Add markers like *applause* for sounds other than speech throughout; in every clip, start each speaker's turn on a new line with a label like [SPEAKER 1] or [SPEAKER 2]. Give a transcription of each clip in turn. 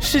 [SPEAKER 1] 世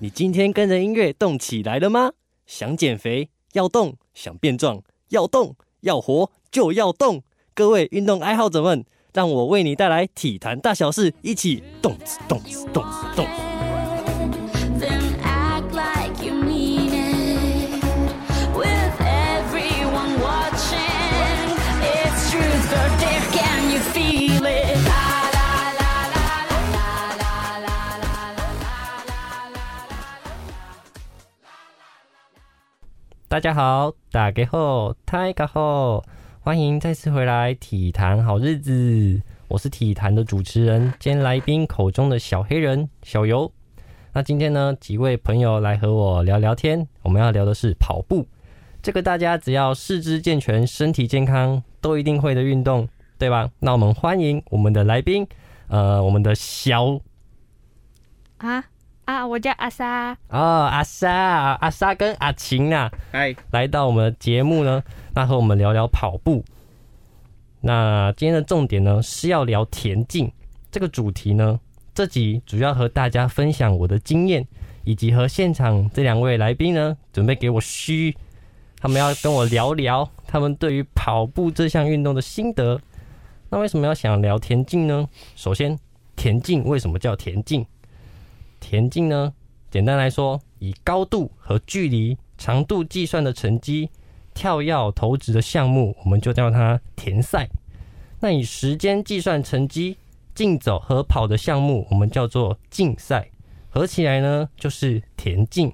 [SPEAKER 2] 你今天跟着音乐动起来了吗？想减肥要动，想变壮要动，要活就要动。各位运动爱好者们，让我为你带来体坛大小事，一起动次动次动次动次。
[SPEAKER 3] Then act like you mean it. With everyone watching, it's truth or dare. Can you feel it? La la la la la la la la la la la la.
[SPEAKER 4] 大家好，打给后，泰嘎后，欢迎再次回来体坛好日子，我是体坛的主持人兼来宾口中的小黑人小游。那今天呢，几位朋友来和我聊聊天，我们要聊的是跑步，这个大家只要四肢健全、身体健康，都一定会的运动，对吧？那我们欢迎我们的来宾，呃，我们的小
[SPEAKER 5] 啊啊，我叫阿莎。
[SPEAKER 4] 哦，阿莎、阿莎跟阿晴啊，
[SPEAKER 6] 嗨，
[SPEAKER 4] 来到我们的节目呢，那和我们聊聊跑步。那今天的重点呢是要聊田径这个主题呢，这集主要和大家分享我的经验，以及和现场这两位来宾呢，准备给我嘘，他们要跟我聊聊他们对于跑步这项运动的心得。那为什么要想聊田径呢？首先，田径为什么叫田径？田径呢，简单来说，以高度和距离、长度计算的成绩，跳跃投掷的项目，我们就叫它田赛。那以时间计算成绩，竞走和跑的项目，我们叫做竞赛。合起来呢，就是田径。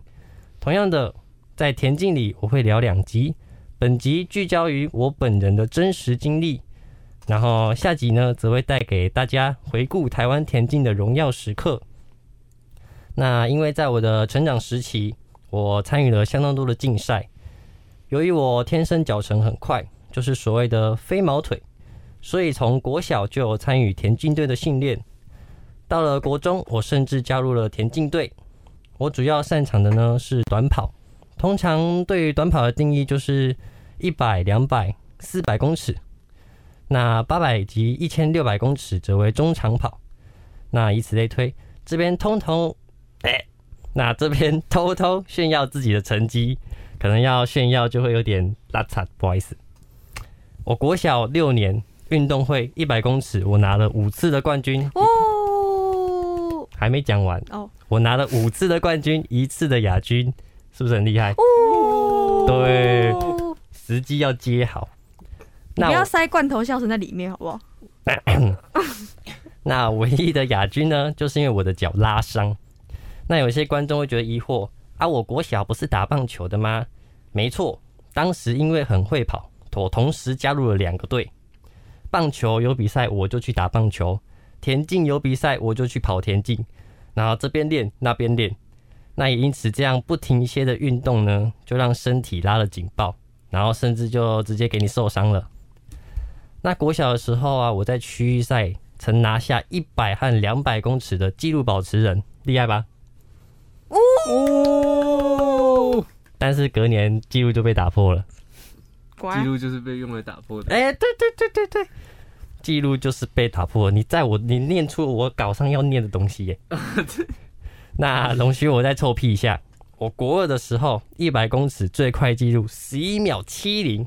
[SPEAKER 4] 同样的，在田径里，我会聊两集。本集聚焦于我本人的真实经历，然后下集呢，则会带给大家回顾台湾田径的荣耀时刻。那因为在我的成长时期，我参与了相当多的竞赛。由于我天生脚程很快，就是所谓的飞毛腿，所以从国小就有参与田径队的训练。到了国中，我甚至加入了田径队。我主要擅长的呢是短跑，通常对于短跑的定义就是一百、两百、四百公尺，那八百及一千六百公尺则为中长跑。那以此类推，这边通通那这边偷偷炫耀自己的成绩，可能要炫耀就会有点拉遢，不好意思。我国小六年运动会一百公尺，我拿了五次的冠军，
[SPEAKER 5] 哦
[SPEAKER 4] 还没讲完，
[SPEAKER 5] 哦
[SPEAKER 4] 我拿了五次的冠军，一次的亚军，是不是很厉害？
[SPEAKER 7] 哦，
[SPEAKER 4] 对
[SPEAKER 7] 你
[SPEAKER 4] 时机要接好。
[SPEAKER 7] 不要
[SPEAKER 4] 我
[SPEAKER 7] 塞罐头笑声在里面，好不好？
[SPEAKER 4] 那唯一的亚军呢，就是因为我的脚拉伤。那有些观众会觉得疑惑啊，我国小不是打棒球的吗？没错，当时因为很会跑，我同时加入了两个队。棒球有比赛我就去打棒球，田径有比赛我就去跑田径，然后这边练那边练。那也因此这样不停歇的运动呢，就让身体拉了警报，然后甚至就直接给你受伤了。那国小的时候啊，我在区域赛曾拿下一百和两百公尺的纪录保持人，厉害吧？
[SPEAKER 7] 哦，
[SPEAKER 4] 但是隔年记录就被打破了。
[SPEAKER 7] 果
[SPEAKER 8] 记
[SPEAKER 7] 然
[SPEAKER 8] 录就是被用来打破的。
[SPEAKER 4] 哎、对对对对对，记录就是被打破了。你在我你念出我稿上要念的东西耶。那容许我再臭屁一下，我国二的时候，一百公尺最快记录十一秒七零，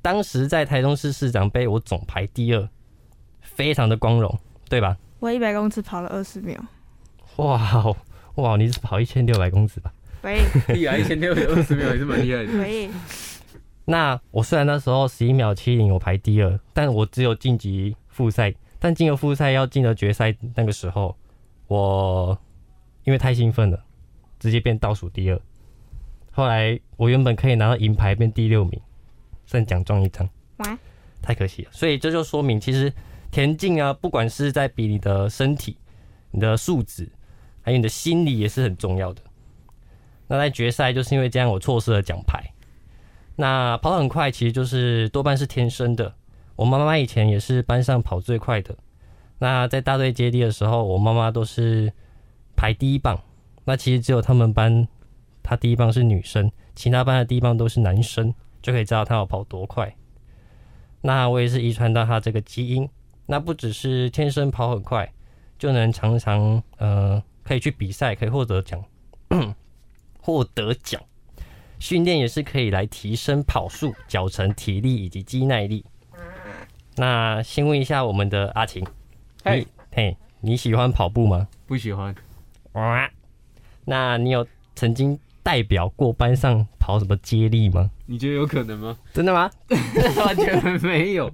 [SPEAKER 4] 当时在台中市市长杯我总排第二，非常的光荣，对吧？
[SPEAKER 7] 我一百公尺跑了二十秒，
[SPEAKER 4] 哇哦哇哦，你是跑一千六百公尺吧？
[SPEAKER 7] 喂
[SPEAKER 8] 一啊，一千六百二十秒也是蛮厉害的。
[SPEAKER 7] 喂，
[SPEAKER 4] 那我虽然那时候十一秒七零我排第二，但我只有晋级复赛，但进了复赛要进了决赛那个时候，我因为太兴奋了，直接变倒数第二。后来我原本可以拿到银牌，变第六名，剩奖状一张
[SPEAKER 7] 哇，
[SPEAKER 4] 太可惜了。所以这就说明，其实田径啊，不管是在比你的身体、你的素质，还有你的心理，也是很重要的。那在决赛就是因为这样，我错失了奖牌。那跑得很快，其实就是多半是天生的。我妈妈以前也是班上跑最快的。那在大队接力的时候，我妈妈都是排第一棒。那其实只有他们班，她第一棒是女生，其他班的第一棒都是男生，就可以知道她有跑多快。那我也是遗传到她这个基因。那不只是天生跑很快，就能常常呃可以去比赛，可以获得奖， *clears throat* 获得奖。训练也是可以来提升跑速、脚程、体力以及肌耐力。那先问一下我们的阿晴，
[SPEAKER 8] 嘿
[SPEAKER 4] 你嘿，你喜欢跑步吗？
[SPEAKER 8] 不喜欢，
[SPEAKER 4] 哇，那你有曾经代表过班上跑什么接力吗？
[SPEAKER 8] 你觉得有可能
[SPEAKER 4] *laughs*
[SPEAKER 8] 吗？
[SPEAKER 4] 真的吗？
[SPEAKER 8] 完全没有，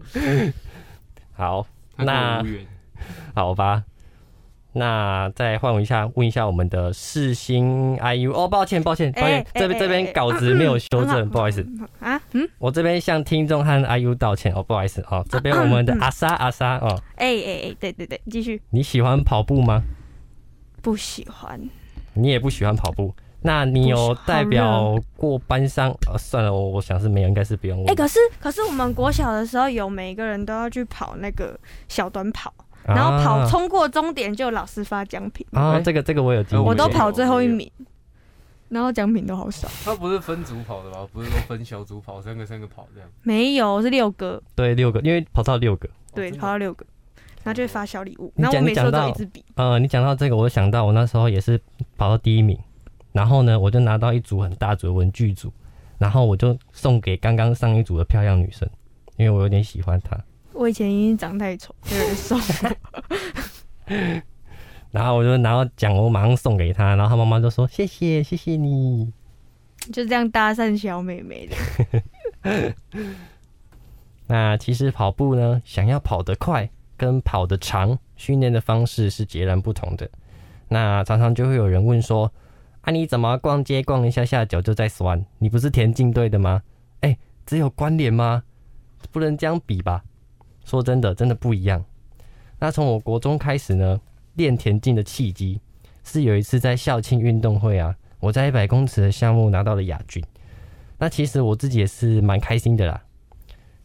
[SPEAKER 4] 好，
[SPEAKER 8] 他
[SPEAKER 4] *laughs*
[SPEAKER 8] 跟
[SPEAKER 4] 那
[SPEAKER 8] 我无缘。
[SPEAKER 4] 好吧。那再换一下，问一下我们的世新 IU 哦，抱歉，抱歉，抱歉
[SPEAKER 7] 哎，
[SPEAKER 4] 这
[SPEAKER 7] 哎
[SPEAKER 4] 边这
[SPEAKER 7] 哎
[SPEAKER 4] 边稿子没有修
[SPEAKER 7] *laughs*
[SPEAKER 4] 正，不好意思，
[SPEAKER 7] 啊，嗯，
[SPEAKER 4] 我这边向听众和 IU 道歉哦，不好意思哦，这边我们的阿莎阿莎哦，
[SPEAKER 7] 哎哎哎，对对对，继续，
[SPEAKER 4] 你喜欢跑步吗？
[SPEAKER 7] 不喜欢，
[SPEAKER 4] 哦你也不喜欢跑步，那你有
[SPEAKER 7] 不喜啊欢
[SPEAKER 4] 代表过班上？呃、算了，我我想是没有，应该是不用问。
[SPEAKER 7] 哎、可是可是我们国小的时候有每个人都要去跑那个小短跑，哎然后跑冲过终点就有老师发奖品，
[SPEAKER 4] 啊，啊
[SPEAKER 8] 哎
[SPEAKER 4] 这个这个我有经历，
[SPEAKER 8] 我
[SPEAKER 7] 我
[SPEAKER 8] 们
[SPEAKER 7] 都
[SPEAKER 8] 也
[SPEAKER 7] 跑
[SPEAKER 8] 有
[SPEAKER 7] 最后一
[SPEAKER 8] 我也有
[SPEAKER 7] 名，然后奖品都好少，
[SPEAKER 8] 他不是分组跑的吧？不是都分小组跑，三个三个跑这样。
[SPEAKER 7] 没有是六个，
[SPEAKER 4] 对六个，因为跑到六个。
[SPEAKER 7] 对，
[SPEAKER 8] 真的
[SPEAKER 7] 跑到六个，然后就会发小礼物，
[SPEAKER 4] 你
[SPEAKER 7] 然
[SPEAKER 4] 哦
[SPEAKER 7] 后我
[SPEAKER 4] 讲你
[SPEAKER 7] 每次
[SPEAKER 4] 讲
[SPEAKER 7] 都
[SPEAKER 4] 到
[SPEAKER 7] 一直比，
[SPEAKER 4] 呃，你讲到这个，我想到我那时候也是跑到第一名，然后呢，我就拿到一组很大组的文具组，然后我就送给刚刚上一组的漂亮女生，因为我有点喜欢她。
[SPEAKER 7] 我以前因为长太丑，没有人送，
[SPEAKER 4] 然后我就拿到奖，我马上送给她，然后她妈妈就说谢谢谢谢你。
[SPEAKER 7] *laughs* 就这样搭讪小妹妹的，
[SPEAKER 4] 那其实跑步呢，想要跑得快跟跑得长，训练的方式是截然不同的。那常常就会有人问说：“啊，你怎么逛街逛一下下脚就在酸？你不是田径队的吗？”哎、只有关联吗？不能这样比吧？说真的，真的不一样。那从我国中开始呢，练田径的契机是有一次在校庆运动会啊，我在一百公尺的项目拿到了亚军。那其实我自己也是蛮开心的啦，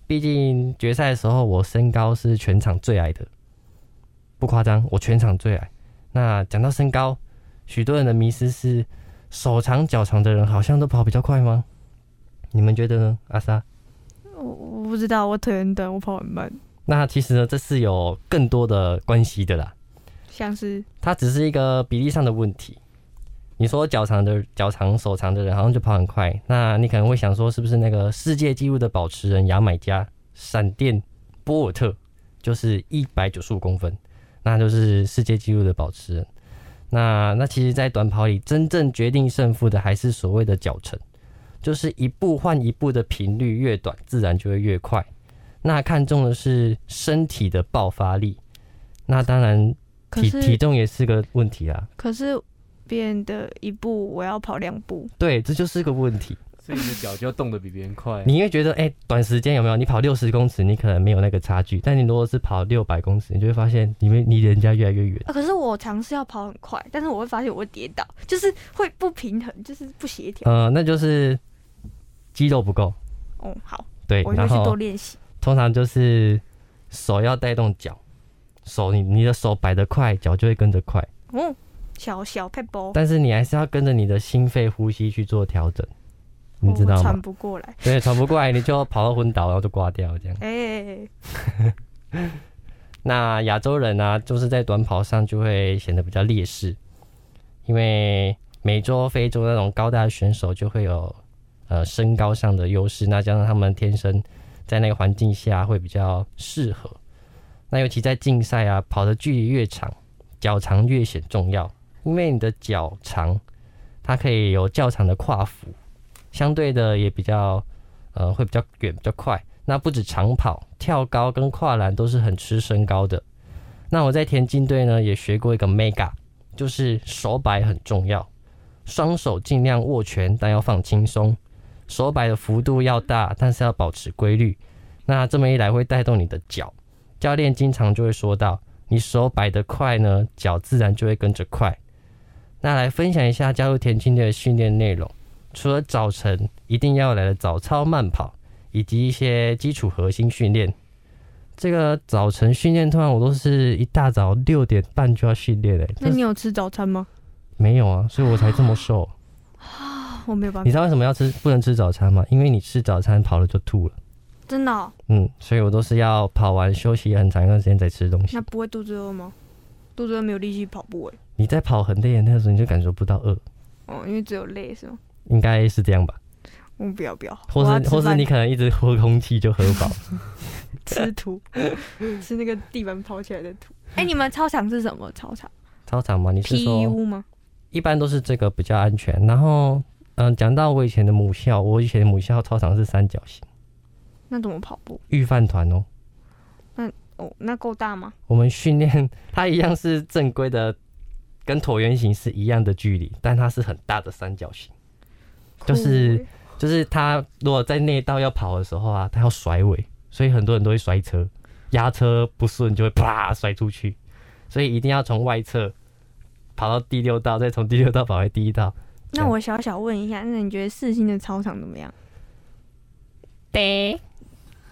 [SPEAKER 4] 毕竟决赛的时候，我身高是全场最矮的，不夸张，我全场最矮。那讲到身高，许多人的迷思是手长脚长的人好像都跑比较快吗？你们觉得呢，阿莎？
[SPEAKER 7] 我我不知道，我腿很短，我跑很慢，
[SPEAKER 4] 那其实呢，这是有更多的关系的啦，
[SPEAKER 7] 像是
[SPEAKER 4] 它只是一个比例上的问题。你说脚长的脚长手长的人好像就跑很快，那你可能会想说，是不是那个世界纪录的保持人牙买加闪电波尔特就是一百九十五公分，那就是世界纪录的保持人。那那其实，在短跑里，真正决定胜负的还是所谓的脚程，就是一步换一步的频率越短，自然就会越快。那看重的是身体的爆发力，那当然
[SPEAKER 7] 可
[SPEAKER 4] 体体
[SPEAKER 7] 是
[SPEAKER 4] 重也是个问题啊。
[SPEAKER 7] 可是别人的一步我要跑两步，
[SPEAKER 4] 对，这就是个问题。
[SPEAKER 8] *laughs* 所以你的脚就要动得比别人快。
[SPEAKER 4] 你会觉得，哎、短时间有没有？你跑六十公尺，你可能没有那个差距，但你如果是跑六百公尺，你就会发现你们离人家越来越远。
[SPEAKER 7] 啊，可是我尝试要跑很快，但是我会发现我会跌倒，就是会不平衡，就是不协
[SPEAKER 4] *laughs*
[SPEAKER 7] 调。
[SPEAKER 4] 呃，那就是肌肉不够，
[SPEAKER 7] 哦，好，
[SPEAKER 4] 对，
[SPEAKER 7] 我
[SPEAKER 4] 呃然
[SPEAKER 7] 回去多
[SPEAKER 4] 后
[SPEAKER 7] 练习。
[SPEAKER 4] 通常就是手要带动脚，手你你的手摆得快，脚就会跟着快，
[SPEAKER 7] 哦，小小 p e
[SPEAKER 4] 但是你还是要跟着你的心肺呼吸去做调整。你知道吗
[SPEAKER 7] 我哦喘？不过来。
[SPEAKER 4] 对，喘不过来你就跑到昏倒，然后就挂掉这样。
[SPEAKER 7] 哎、
[SPEAKER 4] 那亚洲人呢、啊就是在短跑上就会显得比较劣势，因为美洲、非洲那种高大的选手就会有呃身高上的优势，那加上他们天生在那个环境下会比较适合。那尤其在竞赛啊，跑的距离越长，脚长越显重要，因为你的脚长，它可以有较长的跨幅，相对的也比较呃会比较远、比较快。那不止长跑、跳高跟跨栏都是很吃身高的。那我在田径队呢也学过一个 mega，就是手摆很重要，双手尽量握拳，但要放轻松，手摆的幅度要大，但是要保持规律。那这么一来会带动你的脚。教练经常就会说到，你手摆得快呢，脚自然就会跟着快。那来分享一下加入田径队的训练内容，除了早晨一定要来的早操慢跑。以及一些基础核心训练。这个早晨训练，通常我都是一大早六点半就要训练嘞。
[SPEAKER 7] 那
[SPEAKER 4] 这
[SPEAKER 7] 你有吃早餐吗？
[SPEAKER 4] 没有啊，所以我才这么瘦。
[SPEAKER 7] *laughs* 我没有办
[SPEAKER 4] 你
[SPEAKER 7] 法，
[SPEAKER 4] 知道为什么要吃不能吃早餐吗？因为你吃早餐跑了就吐了。
[SPEAKER 7] 真的、哦？
[SPEAKER 4] 嗯，所以我都是要跑完休息很长一段时间再吃东西
[SPEAKER 7] 那。不会肚子饿吗？肚子饿没有力气跑步哎、
[SPEAKER 4] 你在跑很累的那个时候，你就感受不到饿，
[SPEAKER 7] 哦，因为只有累是吗？
[SPEAKER 4] 应该是这样吧？
[SPEAKER 7] 我不要不要，
[SPEAKER 4] 或
[SPEAKER 7] 我要
[SPEAKER 4] 是
[SPEAKER 7] 吃
[SPEAKER 4] 或是
[SPEAKER 7] 饭
[SPEAKER 4] 你可能一直喝空气就喝饱。
[SPEAKER 7] *laughs* 吃土， *laughs* 吃那个地板跑起来的土。哎、你们操场是什么操场
[SPEAKER 4] 操场嘛，你是说
[SPEAKER 7] ？PU 吗？
[SPEAKER 4] 一般都是这个比较安全。然后，嗯，讲到我以前的母校，我以前的母校操场是三角形。
[SPEAKER 7] 那怎么跑步？
[SPEAKER 4] 预饭团哦。
[SPEAKER 7] 哦，那够大吗？
[SPEAKER 4] 我们训练它一样是正规的，跟椭圆形是一样的距离，但它是很大的三角形。就是
[SPEAKER 7] 酷欸
[SPEAKER 4] 就是它如果在内道要跑的时候啊，它要甩尾，所以很多人都会啊摔车，压车不顺就会啪摔出去，所以一定要从外侧跑到第六道，再从第六道跑回第一道。
[SPEAKER 7] 那我小小问一下，那你觉得四星的操场怎么样？
[SPEAKER 3] 得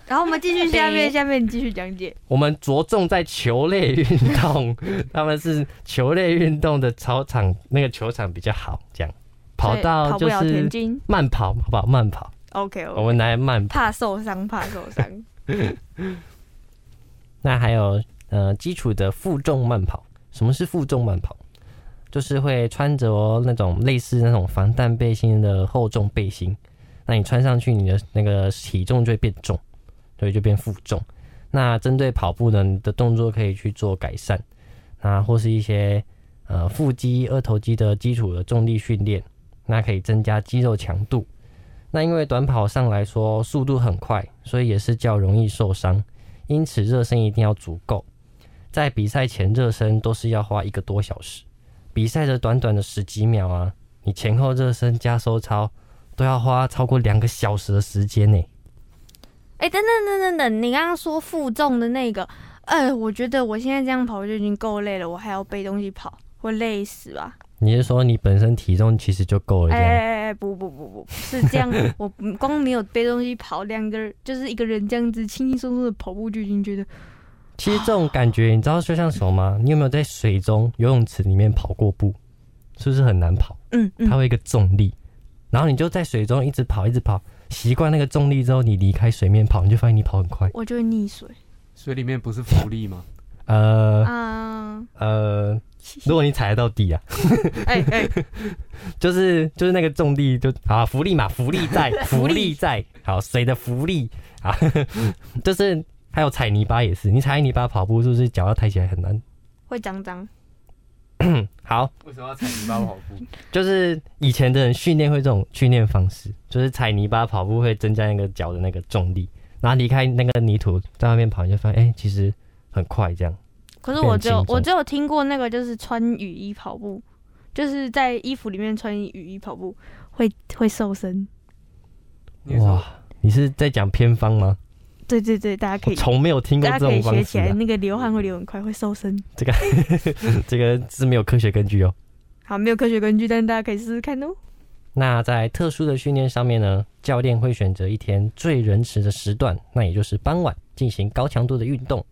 [SPEAKER 7] 然后我们继续下面，下面你继续讲解。
[SPEAKER 4] 我们着重在球类运动，他们是球类运动的操场那个球场比较好，这样跑
[SPEAKER 7] 对
[SPEAKER 4] 到
[SPEAKER 7] 跑
[SPEAKER 4] 就
[SPEAKER 7] 不了
[SPEAKER 4] 是哦
[SPEAKER 7] 田径
[SPEAKER 4] 慢跑，好不好？慢跑，
[SPEAKER 7] ，OK
[SPEAKER 4] 我
[SPEAKER 7] OK，
[SPEAKER 4] 们来慢跑。
[SPEAKER 7] 怕受伤，怕受伤。
[SPEAKER 4] 那还有呃基础的负重慢跑，什么是负重慢跑？就是会穿着哦那种类似那种防弹背心的厚重背心，那你穿上去，你的那个体重就会变重，所以就变负重。那针对跑步呢，你的动作可以去做改善，那或是一些呃腹肌、二头肌的基础的重力训练，那可以增加肌肉强度。那因为短跑上来说速度很快，所以也是较容易受伤。因此热身一定要足够。在比赛前热身都是要花一个多小时，比赛的短短的十几秒啊，你前后热身加收操都要花超过两个小时的时间呢、
[SPEAKER 7] 哎、等等等等等，你刚刚说负重的那个，呃，我觉得我现在这样跑就已经够累了，我还要背东西跑，会累死吧？
[SPEAKER 4] 你是说你本身体重其实就够了
[SPEAKER 7] 哎
[SPEAKER 4] 这样？
[SPEAKER 7] 哎哎，不不不不，不是这样，我光没有背东西跑，两个人就是一个人这样子轻轻松松的跑步就已经觉得
[SPEAKER 4] 其实这种感觉你知道就像什么吗？你有没有在水中游泳池里面跑过步？是不是很难跑？
[SPEAKER 7] 嗯嗯
[SPEAKER 4] 它，会有一个重力，然后你就在水中一直跑，一直跑，习惯那个重力之后，你离开水面跑，你就发现你跑很快。
[SPEAKER 7] 我就会溺水。
[SPEAKER 8] 水里面不是浮力吗？
[SPEAKER 4] 呃
[SPEAKER 7] 啊，
[SPEAKER 4] 呃， *laughs* 如果你踩得到地啊。
[SPEAKER 7] 哎哎，
[SPEAKER 4] 就是就是那个重力就啊，浮力嘛，浮力
[SPEAKER 7] *laughs*
[SPEAKER 4] 在，浮力在，好，水的浮力啊， *laughs* 就是还有踩泥巴也是，你踩泥巴跑步是不是脚要抬起来很难？
[SPEAKER 7] 会脏脏。
[SPEAKER 4] 好，
[SPEAKER 8] 为什么要踩泥巴跑步？
[SPEAKER 4] 就是以前的人训练会这种训练方式，就是踩泥巴跑步会增加那个脚的那个重力，然后离开那个泥土，在外面跑，你就发现哎、其实很快这样。
[SPEAKER 7] 可是我只
[SPEAKER 4] 变
[SPEAKER 7] 有
[SPEAKER 4] 轻松
[SPEAKER 7] 我只有听过那个就是穿雨衣跑步，就是在衣服里面穿雨衣跑步会会瘦身。
[SPEAKER 8] *laughs* 你说
[SPEAKER 4] 哇，你是在讲偏方吗？
[SPEAKER 7] 对对对，大家可
[SPEAKER 4] 我
[SPEAKER 7] 以。
[SPEAKER 4] 从没有听过
[SPEAKER 7] 大家
[SPEAKER 4] 这
[SPEAKER 7] 可以
[SPEAKER 4] 种
[SPEAKER 7] 学
[SPEAKER 4] 方
[SPEAKER 7] 起
[SPEAKER 4] 式、
[SPEAKER 7] 来，
[SPEAKER 4] 啊，
[SPEAKER 7] 那个流汗会流很快，会瘦身。
[SPEAKER 4] 这个是没有科学根据哦。
[SPEAKER 7] 好，没有科学根据，但大家可以试试看哦。
[SPEAKER 4] 那在特殊的训练上面呢，教练会选择一天最仁慈的时段，那也就是傍晚进行高强度的运动。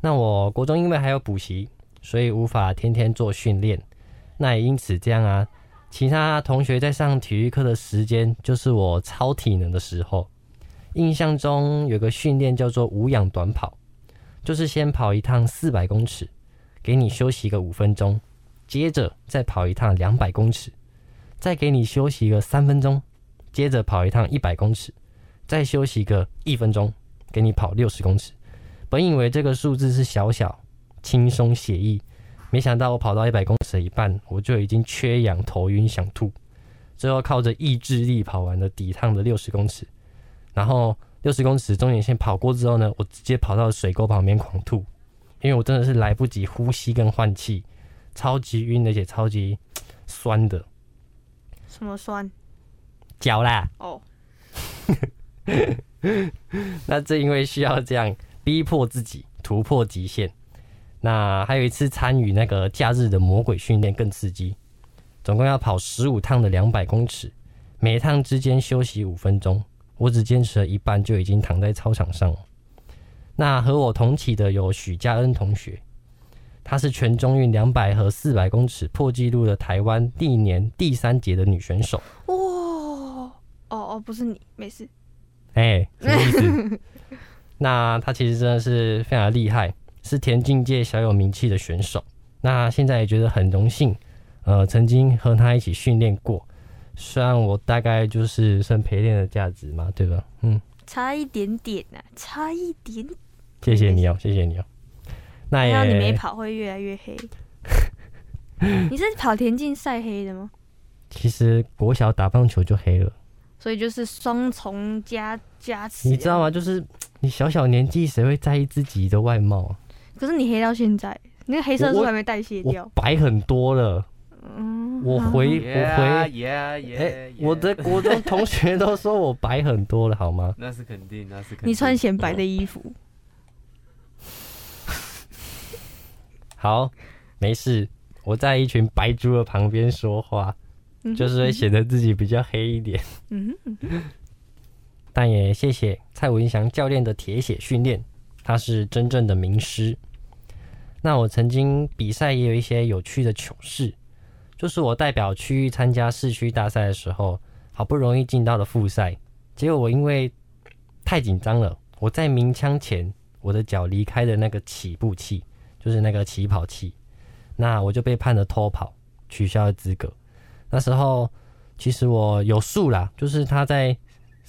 [SPEAKER 4] 那我国中因为还有补习，所以无法天天做训练，那也因此这样啊，其他同学在上体育课的时间，就是我超体能的时候。印象中有个训练叫做无氧短跑，就是先跑一趟四百公尺，给你休息个五分钟，接着再跑一趟两百公尺，再给你休息个三分钟，接着跑一趟一百公尺，再休息个一分钟，给你跑六十公尺。本以为这个数字是小小轻松写意，没想到我跑到一百公尺的一半，我就已经缺氧、头晕、想吐，最后靠着意志力跑完了抵抗的六十公尺。然后六十公尺终点线跑过之后呢，我直接跑到水沟旁边狂吐，因为我真的是来不及呼吸跟换气，超级晕而且超级酸的
[SPEAKER 7] 什么酸
[SPEAKER 4] 脚啦。
[SPEAKER 7] 哦，
[SPEAKER 4] 那正因为需要这样逼迫自己突破极限，那还有一次参与那个假日的魔鬼训练更刺激，总共要跑十五趟的两百公尺，每趟之间休息五分钟，我只坚持了一半就已经躺在操场上了。那和我同起的有许家恩同学，她是全中运两百和四百公尺破纪录的台湾历年第三届的女选手。
[SPEAKER 7] 哇，哦哦，不是你，没事，
[SPEAKER 4] 哎、什么意思？那他其实真的是非常厉害，是田径界小有名气的选手。那现在也觉得很荣幸，呃，曾经和他一起训练过。虽然我大概就是剩陪练的价值嘛，对吧？嗯，
[SPEAKER 7] 差一点点呐、差一点点，
[SPEAKER 4] 谢谢你哦，谢谢你哦。那
[SPEAKER 7] 看到你没
[SPEAKER 4] 也
[SPEAKER 7] 跑会越来越黑。 *laughs* 你是跑田径晒黑的吗？
[SPEAKER 4] 其实国小打棒球就黑了，
[SPEAKER 7] 所以就是双重加加持，
[SPEAKER 4] 你知道？吗？就是你小小年纪，谁会在意自己的外貌啊？
[SPEAKER 7] 可是你黑到现在，那个黑色素
[SPEAKER 4] 我
[SPEAKER 7] 还没代谢
[SPEAKER 4] 我
[SPEAKER 7] 掉。
[SPEAKER 4] 白很多了，
[SPEAKER 7] 嗯，
[SPEAKER 4] 我回我回
[SPEAKER 8] 耶
[SPEAKER 4] 哎、我的国中同学都说我白很多了，好吗？
[SPEAKER 8] 那是肯定，那是肯定。
[SPEAKER 7] 你穿显白的衣服，
[SPEAKER 4] 好，没事，我在一群白猪的旁边说话，
[SPEAKER 7] 嗯哼
[SPEAKER 4] 就是会显得自己比较黑一点。
[SPEAKER 7] 嗯哼，
[SPEAKER 4] 但也谢谢蔡文祥教练的铁血训练，他是真正的名师。那我曾经比赛也有一些有趣的糗事，就是我代表区域参加市区大赛的时候，好不容易进到了复赛，结果我因为太紧张了，我在鸣枪前我的脚离开了那个起步器，就是那个起跑器，那我就被判了偷跑，取消了资格。那时候其实我有数啦，就是他在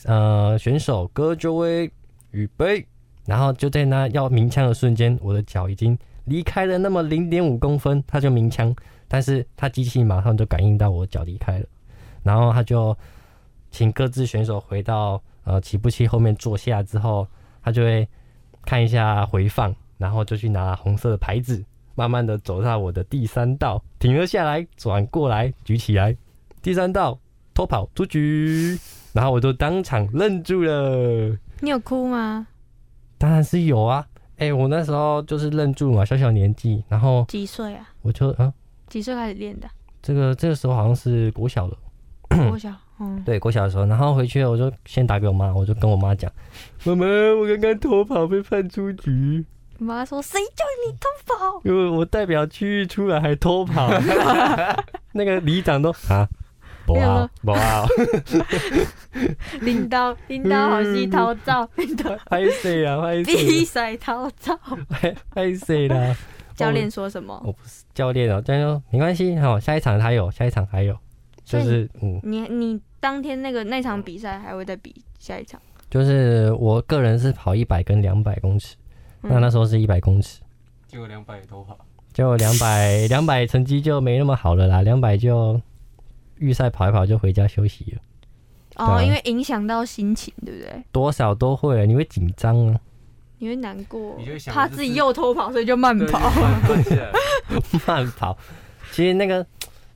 [SPEAKER 4] 呃，选手歌就会预备，然后就在那要鸣枪的瞬间，我的脚已经离开了那么零点五公分，他就鸣枪，但是他机器马上就感应到我脚离开了，然后他就请各自选手回到呃起步器后面坐下之后，他就会看一下回放，然后就去拿红色的牌子，慢慢的走到我的第三道，停了下来，转过来举起来，第三道偷跑出局。然后我就当场愣住了。
[SPEAKER 7] 你有哭吗？
[SPEAKER 4] 当然是有啊，哎、我那时候就是愣住嘛，小小年纪，然后
[SPEAKER 7] 几岁啊？
[SPEAKER 4] 我就啊，
[SPEAKER 7] 几岁开始
[SPEAKER 4] *clears throat*
[SPEAKER 7] 练的？
[SPEAKER 4] 这个这个时候好像是国小了，
[SPEAKER 7] 我想，嗯，
[SPEAKER 4] 对，国小的时候，然后回去我就先打给我妈，我就跟我妈讲，妈妈，我刚刚偷跑被判出局，
[SPEAKER 7] 你妈说谁叫你偷跑？
[SPEAKER 4] 因为我代表区域出来还偷
[SPEAKER 7] *laughs*
[SPEAKER 4] 跑，那个里长都啊，不
[SPEAKER 7] 没有
[SPEAKER 4] 啊
[SPEAKER 7] 了
[SPEAKER 4] 不啊，*laughs*
[SPEAKER 7] 领导，领导好戏
[SPEAKER 4] 嗯
[SPEAKER 7] 逃走，领导
[SPEAKER 4] 拍谁
[SPEAKER 7] *laughs*
[SPEAKER 4] 啊拍
[SPEAKER 7] 比
[SPEAKER 4] 谁
[SPEAKER 7] 赛逃走。
[SPEAKER 4] 拍谁啦？
[SPEAKER 7] 教练说什么？
[SPEAKER 4] 教练哦，教练说没关系，好，下一场还有，下一场还有，就
[SPEAKER 7] 所以
[SPEAKER 4] 是嗯。
[SPEAKER 7] 你你当天那个那场比赛还会再比下一场？
[SPEAKER 4] 就是我个人是跑一百跟两百公尺，
[SPEAKER 7] 嗯
[SPEAKER 4] 那那时候是一百公尺，
[SPEAKER 8] 结果两百也都好，
[SPEAKER 4] 就两
[SPEAKER 7] *laughs*
[SPEAKER 4] 百两百成绩就没那么好了啦，两百就预赛跑一跑就回家休息了，对
[SPEAKER 7] 哦，
[SPEAKER 4] 啊
[SPEAKER 7] 因为影响到心情，对不对？
[SPEAKER 4] 多少都会了，你会紧张啊，
[SPEAKER 7] 你会难过
[SPEAKER 8] 你就会，想
[SPEAKER 7] 怕
[SPEAKER 8] 这
[SPEAKER 7] 自己
[SPEAKER 8] 是
[SPEAKER 7] 又偷跑，所以就
[SPEAKER 4] 嗯
[SPEAKER 7] 慢跑。
[SPEAKER 8] 放弃了。
[SPEAKER 4] 慢跑，其实那个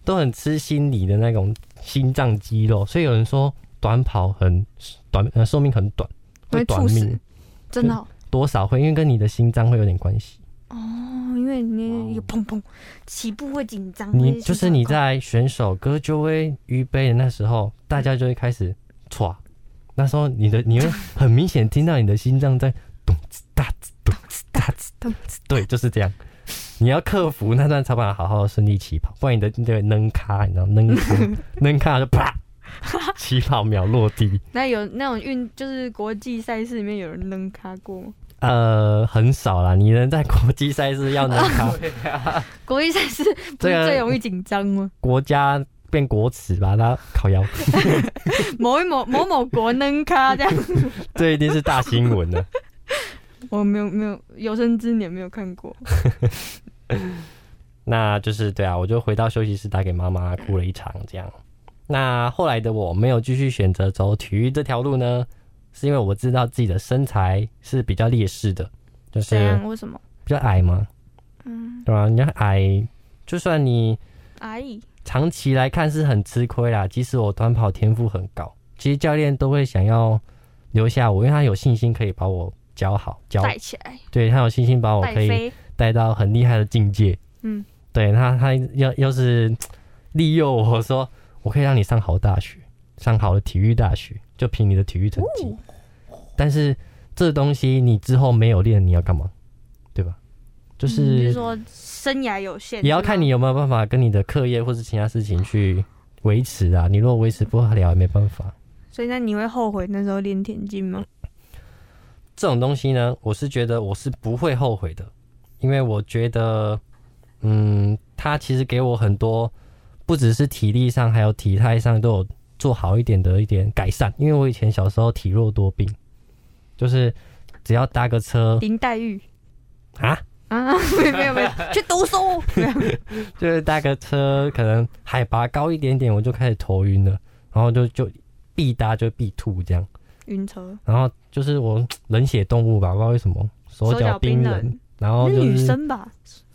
[SPEAKER 4] 都很吃心理的那种心脏肌肉，所以有人说短跑很短，呃，寿命很短，
[SPEAKER 7] 会
[SPEAKER 4] 会短
[SPEAKER 7] 猝死
[SPEAKER 4] 命，
[SPEAKER 7] 真的哦，
[SPEAKER 4] 多少会因为跟你的心脏会有点关系。
[SPEAKER 7] 哦因为你有砰砰起步会紧张，
[SPEAKER 4] 你
[SPEAKER 7] 会
[SPEAKER 4] 就是
[SPEAKER 7] 心
[SPEAKER 4] 你
[SPEAKER 7] 跳高
[SPEAKER 4] 在选手歌就会预备的那时候，大家就会开始歘，那时候你的你会很明显听到你的心脏在咚哧哒哧咚哧哒哧咚哧，对，就是这样。你要克服那段才把好好顺利起跑，不然你的你的能卡，你知道能卡能卡就啪，起跑秒落地。
[SPEAKER 7] 那有那种运，就是国际赛事里面有人能卡过吗？
[SPEAKER 4] 呃，很少啦，你能在国际赛事要能卡，
[SPEAKER 7] 国际赛
[SPEAKER 4] *laughs*
[SPEAKER 7] 事不
[SPEAKER 4] 这
[SPEAKER 7] 是
[SPEAKER 4] 个
[SPEAKER 7] 最容易紧张吗？
[SPEAKER 4] 国家变国耻吧，他烤腰，
[SPEAKER 7] 某一某某某国能卡这样，
[SPEAKER 4] *laughs* 这一定是大新闻了。
[SPEAKER 7] 我没有没有有生之年没有看过。
[SPEAKER 4] 那就是对啊，我就回到休息室打给妈妈，哭了一场这样。那后来的我没有继续选择走体育这条路呢，是因为我知道自己的身材是比较劣势的，就
[SPEAKER 7] 这
[SPEAKER 4] 是
[SPEAKER 7] 样啊为什么？
[SPEAKER 4] 比较矮嘛，
[SPEAKER 7] 嗯，
[SPEAKER 4] 对吧、啊你要矮，就算你
[SPEAKER 7] 阿姨，
[SPEAKER 4] 长期来看是很吃亏啦。即使我短跑天赋很高，其实教练都会想要留下我，因为他有信心可以把我教好，教
[SPEAKER 7] 带起来，
[SPEAKER 4] 对他有信心把我
[SPEAKER 7] 带
[SPEAKER 4] 可以
[SPEAKER 7] 飞，
[SPEAKER 4] 带到很厉害的境界。
[SPEAKER 7] 嗯，
[SPEAKER 4] 对他，他要要是利诱我说，我可以让你上好大学，上好的体育大学，就凭你的体育成绩。
[SPEAKER 7] 哦
[SPEAKER 4] 但是这东西你之后没有练，你要干嘛？对吧？就
[SPEAKER 7] 嗯就是
[SPEAKER 4] 是
[SPEAKER 7] 说生涯有限，
[SPEAKER 4] 也要看你有没有办法跟你的课业或是其他事情去维持啊。你如果维持不了，也没办法。
[SPEAKER 7] 所以那你会后悔那时候练田径吗？
[SPEAKER 4] 这种东西呢，我是觉得我是不会后悔的，因为我觉得，嗯，它其实给我很多，不只是体力上，还有体态上都有做好一点的一点改善。因为我以前小时候体弱多病，就是只要搭个 *laughs* 车
[SPEAKER 7] 林黛玉
[SPEAKER 4] 哦啊，
[SPEAKER 7] 啊， *laughs* 没有没有没有，去读书，没有
[SPEAKER 4] 就是搭个车，可能海拔高一点点，我就开始头晕了，然后就就必搭就必吐这样，
[SPEAKER 7] 晕车，
[SPEAKER 4] 然后就是我冷血动物吧，不知道为什么手脚冰冷，
[SPEAKER 7] 冷，
[SPEAKER 4] 然后
[SPEAKER 7] 那
[SPEAKER 4] 就是
[SPEAKER 7] 女生吧，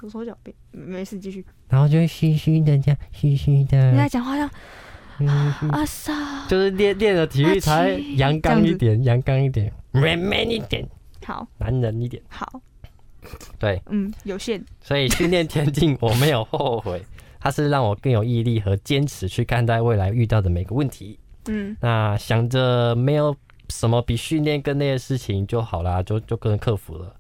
[SPEAKER 7] 有手脚冰，没事继续。
[SPEAKER 4] 然后就会虚虚的这样，虚虚
[SPEAKER 7] 你在
[SPEAKER 4] 的，
[SPEAKER 7] 讲话啊像
[SPEAKER 4] 嗯
[SPEAKER 7] 阿莎，
[SPEAKER 4] 就是练练了体育才阳刚一点，阳刚一点，man man 一点，
[SPEAKER 7] 好
[SPEAKER 4] 男人一点。
[SPEAKER 7] 好，
[SPEAKER 4] 对，
[SPEAKER 7] 嗯，有限，
[SPEAKER 4] 所以训练田径我没有后悔， *laughs* 它是让我更有毅力和坚持去看待未来遇到的每个问题。
[SPEAKER 7] 嗯，
[SPEAKER 4] 那想着没有什么比训练更累的事情就好啦，就就更克服了。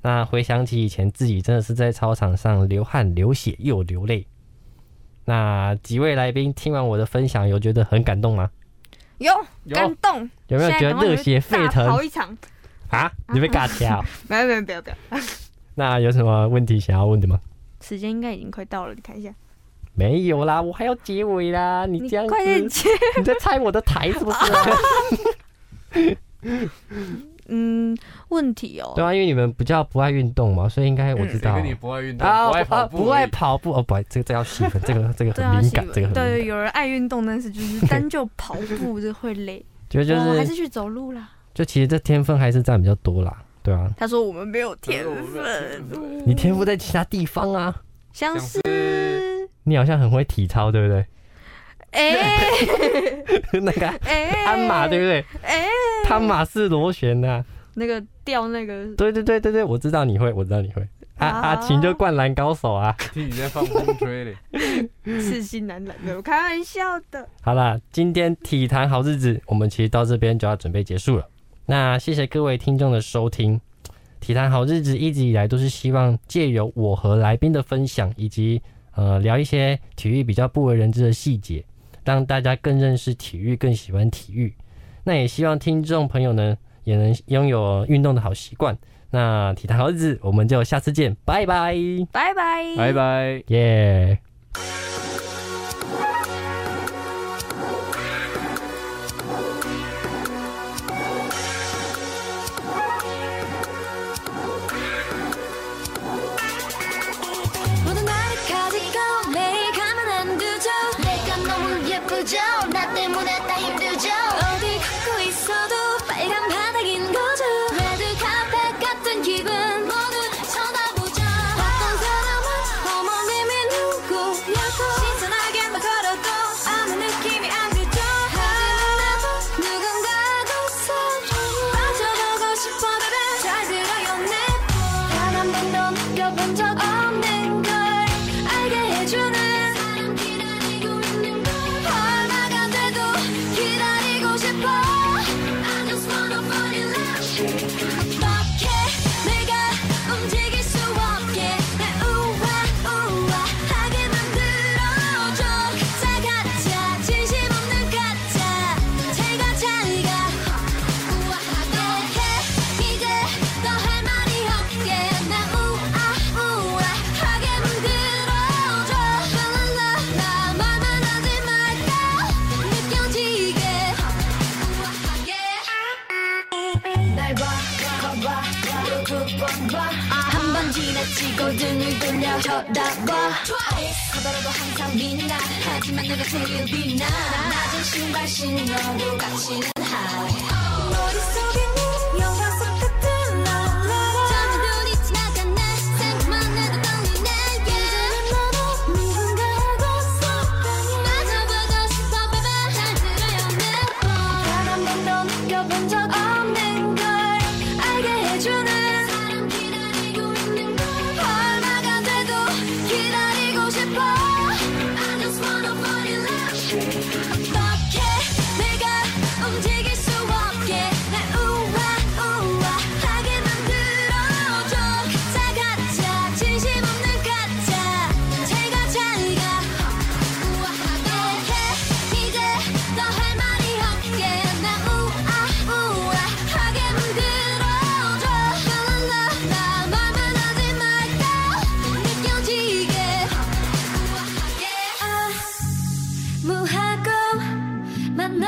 [SPEAKER 4] 那回想起以前自己真的是在操场上流汗、流血又流泪。那几位来宾听完我的分享，有觉得很感动吗？
[SPEAKER 7] 有
[SPEAKER 8] 有
[SPEAKER 7] 感动，
[SPEAKER 4] 有没有
[SPEAKER 7] 现在
[SPEAKER 4] 觉
[SPEAKER 7] 赶
[SPEAKER 4] 得
[SPEAKER 7] 快
[SPEAKER 4] 热血沸
[SPEAKER 7] 大跑
[SPEAKER 4] 腾
[SPEAKER 7] 一场，
[SPEAKER 4] 啊？你被尬掐哦、
[SPEAKER 7] *laughs* 没有没有没有没有，
[SPEAKER 4] 那有什么问题想要问的吗？
[SPEAKER 7] 时间应该已经快到了，你看一下，
[SPEAKER 4] 没有啦，我还要结尾啦！你
[SPEAKER 7] 你
[SPEAKER 4] 这样子，
[SPEAKER 7] 快点接，
[SPEAKER 4] *laughs* 你在拆我的台是不
[SPEAKER 7] *laughs*
[SPEAKER 4] 是啊、
[SPEAKER 7] 嗯，问题哦，
[SPEAKER 4] 对啊，因为你们比较不爱运动嘛，所以应该 *laughs* 我知
[SPEAKER 8] 谁
[SPEAKER 4] 道。
[SPEAKER 7] 嗯
[SPEAKER 8] 跟你不爱运动，
[SPEAKER 4] 啊，
[SPEAKER 8] 不爱
[SPEAKER 4] 啊
[SPEAKER 8] 跑
[SPEAKER 4] *laughs*
[SPEAKER 8] 步，
[SPEAKER 4] 不爱跑步哦，不，这个这个要细分，这个
[SPEAKER 7] *laughs*
[SPEAKER 4] 这个
[SPEAKER 7] 对啊，
[SPEAKER 4] 很敏感
[SPEAKER 7] 是，
[SPEAKER 4] 这个很
[SPEAKER 7] 对，
[SPEAKER 4] 敏感。
[SPEAKER 7] 有人爱运动，但是就是单就跑步就会累，
[SPEAKER 4] 觉得就
[SPEAKER 7] 我还
[SPEAKER 4] 是
[SPEAKER 7] 是去走路啦。
[SPEAKER 4] 就其实这天分还是占比较多啦，对啊，
[SPEAKER 7] 他说我们没有天
[SPEAKER 8] 分
[SPEAKER 7] 分，
[SPEAKER 4] 你天赋在其他地方啊，
[SPEAKER 7] 像是
[SPEAKER 4] 你好像很会体操，对 *laughs* 不
[SPEAKER 7] 哎
[SPEAKER 4] 对？那个
[SPEAKER 7] 哎，
[SPEAKER 4] 鞍马对不对？
[SPEAKER 7] 哎，
[SPEAKER 4] 鞍马式螺旋呐、
[SPEAKER 7] 那个掉那个
[SPEAKER 4] 对对对对对，我知道你会，我知道你会。阿
[SPEAKER 7] 啊
[SPEAKER 4] 阿琴就灌篮高手啊。
[SPEAKER 8] 听你在放风吹
[SPEAKER 4] *laughs*
[SPEAKER 8] 嘞。
[SPEAKER 7] 刺心男篮的，我开玩笑的。
[SPEAKER 4] 好啦，今天体坛好日子，我们其实到这边就要准备结束了。那谢谢各位听众的收听。体坛好日子一直以来都是希望借由我和来宾的分享，以及呃聊一些体育比较不为人知的细节，让大家更认识体育，更喜欢体育。那也希望听众朋友呢也能拥有运动的好习惯。那体坛好日子，我们就下次见，拜拜，耶、
[SPEAKER 7] 拜拜，
[SPEAKER 8] 拜拜。
[SPEAKER 3] 모든 날이 가지고 매일 가면 안 되죠 내가 너무 예쁘죠 나 때문에 다 힘들죠 어디 걷고 있어도 빨간 바닥인 거죠 레드 카펫 같은 기분 모두 쳐다보죠 어떤 사람은 어머님이 누구냐고 신선하게만 걸어도 아무 느낌이 안 들죠 하지만 나도 누군가도 사랑에 빠져보고 싶어 그래 잘 들어요 내단한 번도 느껴본 적 없는 걸 알게 해주는 사람 기다리고 있는 걸 얼마가 돼도 기다려 날 쳐다봐 커다라도 항상 빛나 하지만 내가 제일 빛나 낮은 신발 신어도 값지는 하이 머릿속에 네 영화 속 같은 너라라 잠이 눈이 지나가 날 생각만 해도 떨리네 예전엔 나도 누군가하고 사랑이 맞아보고 싶어 baby 잘 들어요 내법단 번도 느껴본 적 없는 걸 알게 해주는 사람 기다리고 있는 걸 얼마가 돼도 기다리고 싶어 I just wanna fall in love 어떻게 내가 움직일 수 없게 날 우와 우와하게 만들어줘 다 가짜 진심 없는 가짜 제가 잘가 우아하게 이제 더 할 말이 없게 나 우아 우아하게 만들어줘 라라라 말 변하지 말고 느껴지게 우아하게 아, 무하고 아, 만나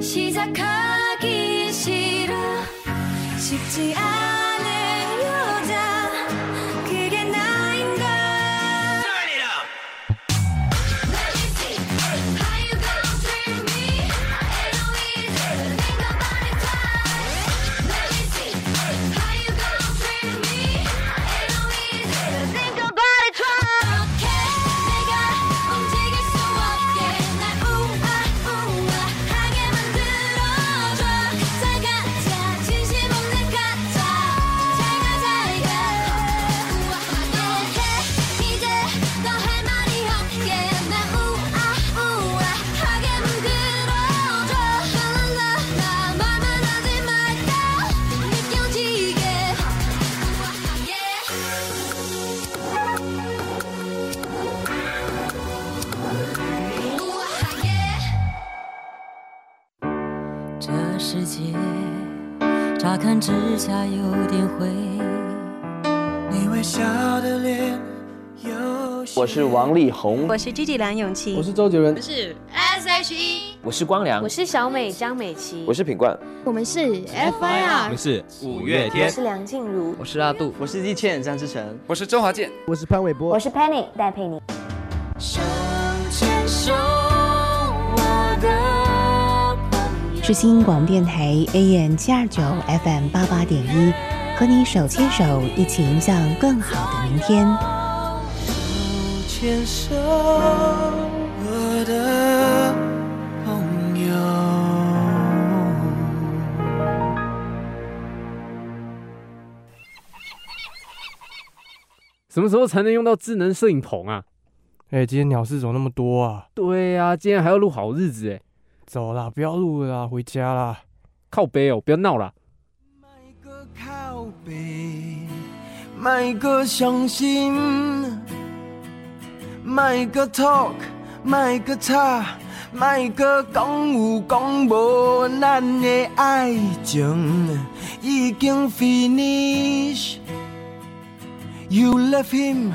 [SPEAKER 3] 시작하기 싫어 쉽지 않은 여자 그게 나인걸 이제 더 할 말이 없게 나 우아 우아하게 만들어줘 라라라 말 변하지 말고 느껴지게 우아하게 우아하게
[SPEAKER 6] 这世界乍看之下有点灰。你微笑的脸有些
[SPEAKER 9] 我是王力宏，
[SPEAKER 10] 我是 Gigi 梁咏琪，
[SPEAKER 8] 我是周杰伦，
[SPEAKER 10] 是
[SPEAKER 3] S H E
[SPEAKER 9] 我是光良，
[SPEAKER 10] 是小美张美琪
[SPEAKER 9] 是品冠，
[SPEAKER 10] 我们是 F I R，
[SPEAKER 11] 们是五月天，
[SPEAKER 10] 梁静茹，
[SPEAKER 9] 我是阿杜，我是易倩张志成，我是周华健。
[SPEAKER 12] 我是潘玮柏，
[SPEAKER 10] 是 Penny 戴佩妮。
[SPEAKER 3] 牵手，我的朋友。
[SPEAKER 13] 是新广电台 AM 七二九 FM 八八点一，和你手牵手一起迎向更好的明天。
[SPEAKER 6] 牵手，我的朋友。
[SPEAKER 8] 什么时候才能用到智能摄影棚啊？
[SPEAKER 1] 哎、今天鸟事怎么那么多啊？
[SPEAKER 8] 对呀、啊，今天还要录好日子哎，
[SPEAKER 1] 走啦，不要录了啦，回家啦。
[SPEAKER 8] 靠背哦，不要闹啦。
[SPEAKER 6] 靠背，卖个伤心，卖个 talk，卖个吵，卖个讲有讲无，咱的爱情已经 finish。You left him，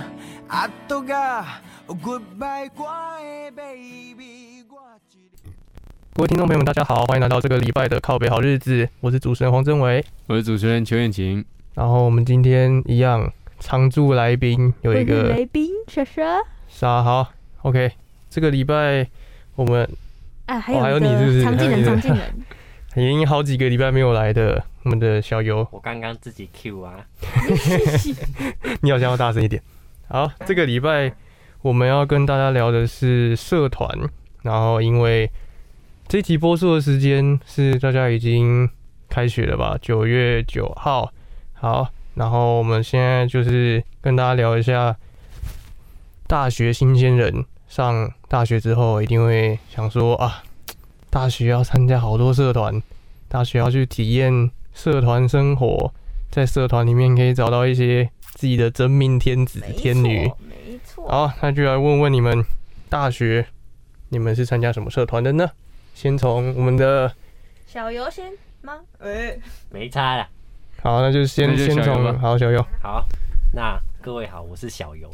[SPEAKER 6] 阿多噶，Goodbye，我的 baby，我一个。
[SPEAKER 1] 各位听众朋友们，大家好，欢迎来到这个礼拜的靠北好日子，我是主持人黄真伟。
[SPEAKER 8] 我是主持人邱燕晴，
[SPEAKER 1] 然后我们今天一样常驻来宾有一个
[SPEAKER 7] 宾蛇蛇
[SPEAKER 1] 傻好，OK，这个礼拜我们
[SPEAKER 7] 啊，还
[SPEAKER 1] 哦
[SPEAKER 7] 有
[SPEAKER 1] 还有
[SPEAKER 7] 一
[SPEAKER 1] 你是不
[SPEAKER 7] 个
[SPEAKER 1] 是
[SPEAKER 7] 常进
[SPEAKER 1] 还有
[SPEAKER 7] 人，
[SPEAKER 1] 你
[SPEAKER 7] 常进人，
[SPEAKER 1] 已经好几个礼拜没有来的我们的小游，
[SPEAKER 4] 我刚刚自己 Q 啊，
[SPEAKER 1] 你好像要大声一点。
[SPEAKER 7] 啊
[SPEAKER 1] 好，这个礼拜我们要跟大家聊的是社团，然后因为这集播出的时间是大家已经开学了吧，九月九号。好，然后我们现在就是跟大家聊一下大学新鲜人上大学之后一定会想说啊，大学要参加好多社团，大学要去体验社团生活，在社团里面可以找到一些自己的真命天子天女。
[SPEAKER 7] 没错，
[SPEAKER 1] 好，那就来问问你们，大学你们是参加什么社团的呢？先从我们的
[SPEAKER 7] 小游先吗？
[SPEAKER 4] 没差啦。
[SPEAKER 1] 好，那就先
[SPEAKER 8] 那就小
[SPEAKER 1] 先
[SPEAKER 8] 游
[SPEAKER 1] 从
[SPEAKER 8] 吧
[SPEAKER 1] 好
[SPEAKER 12] 哦
[SPEAKER 1] 小优，
[SPEAKER 4] 好，那各位好，我是小游，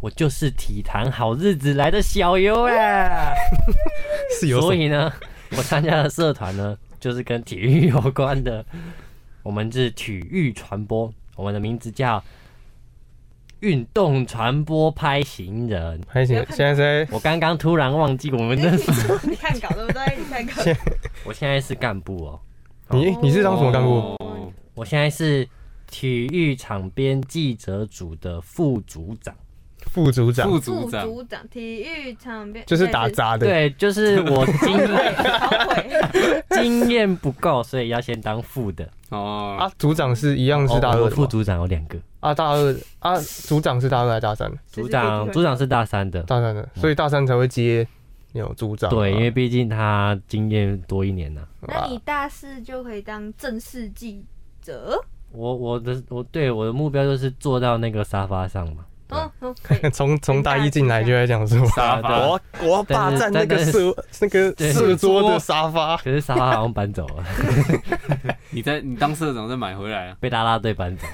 [SPEAKER 4] 我就是体坛好日子来的小游啦。
[SPEAKER 1] *laughs* 是有
[SPEAKER 4] 所
[SPEAKER 1] 什么？
[SPEAKER 4] 以呢，我参加的社团呢，就是跟体育有关的。我们是体育传播，我们的名字叫运动传播拍行人，
[SPEAKER 8] 拍行人现在是在
[SPEAKER 4] 我刚刚突然忘记我们的，
[SPEAKER 11] 你看稿对不对？你看稿。
[SPEAKER 4] 我现在是干部哦。
[SPEAKER 8] 你你是当什么干部？
[SPEAKER 4] 哦我现在是体育场边记者组的副组长。
[SPEAKER 8] 副组长。
[SPEAKER 7] 副组长，体育场边
[SPEAKER 4] 对，就是
[SPEAKER 1] *laughs*
[SPEAKER 4] 我经
[SPEAKER 12] *laughs*
[SPEAKER 4] *laughs* 验经验不够，所以要先当副的。
[SPEAKER 8] 哦。啊，组长是一样是大
[SPEAKER 4] 哦
[SPEAKER 8] 二
[SPEAKER 4] 我
[SPEAKER 8] 的
[SPEAKER 4] 副
[SPEAKER 8] 吗。
[SPEAKER 4] 组长有两个，
[SPEAKER 8] 啊，大二啊，组长是大二还是大三？
[SPEAKER 4] 组长组长是大三的，
[SPEAKER 8] 大三的，所以大三才会接有组长。
[SPEAKER 4] 对，因为毕竟他经验多一年啊呐、
[SPEAKER 7] 那你大四就可以当正式记者。
[SPEAKER 4] 我我的我对我的目标就是坐到那个沙发上嘛。
[SPEAKER 7] 哦，哦
[SPEAKER 8] *laughs* 从从大一进来就在讲说，
[SPEAKER 4] 沙发
[SPEAKER 8] 我要我要霸占那个社那个
[SPEAKER 4] *laughs*
[SPEAKER 8] 社桌的沙发，
[SPEAKER 4] 可是沙发好像搬走了， *laughs*
[SPEAKER 12] 你在你当社长再买回来啊？
[SPEAKER 4] 被拉拉队搬走。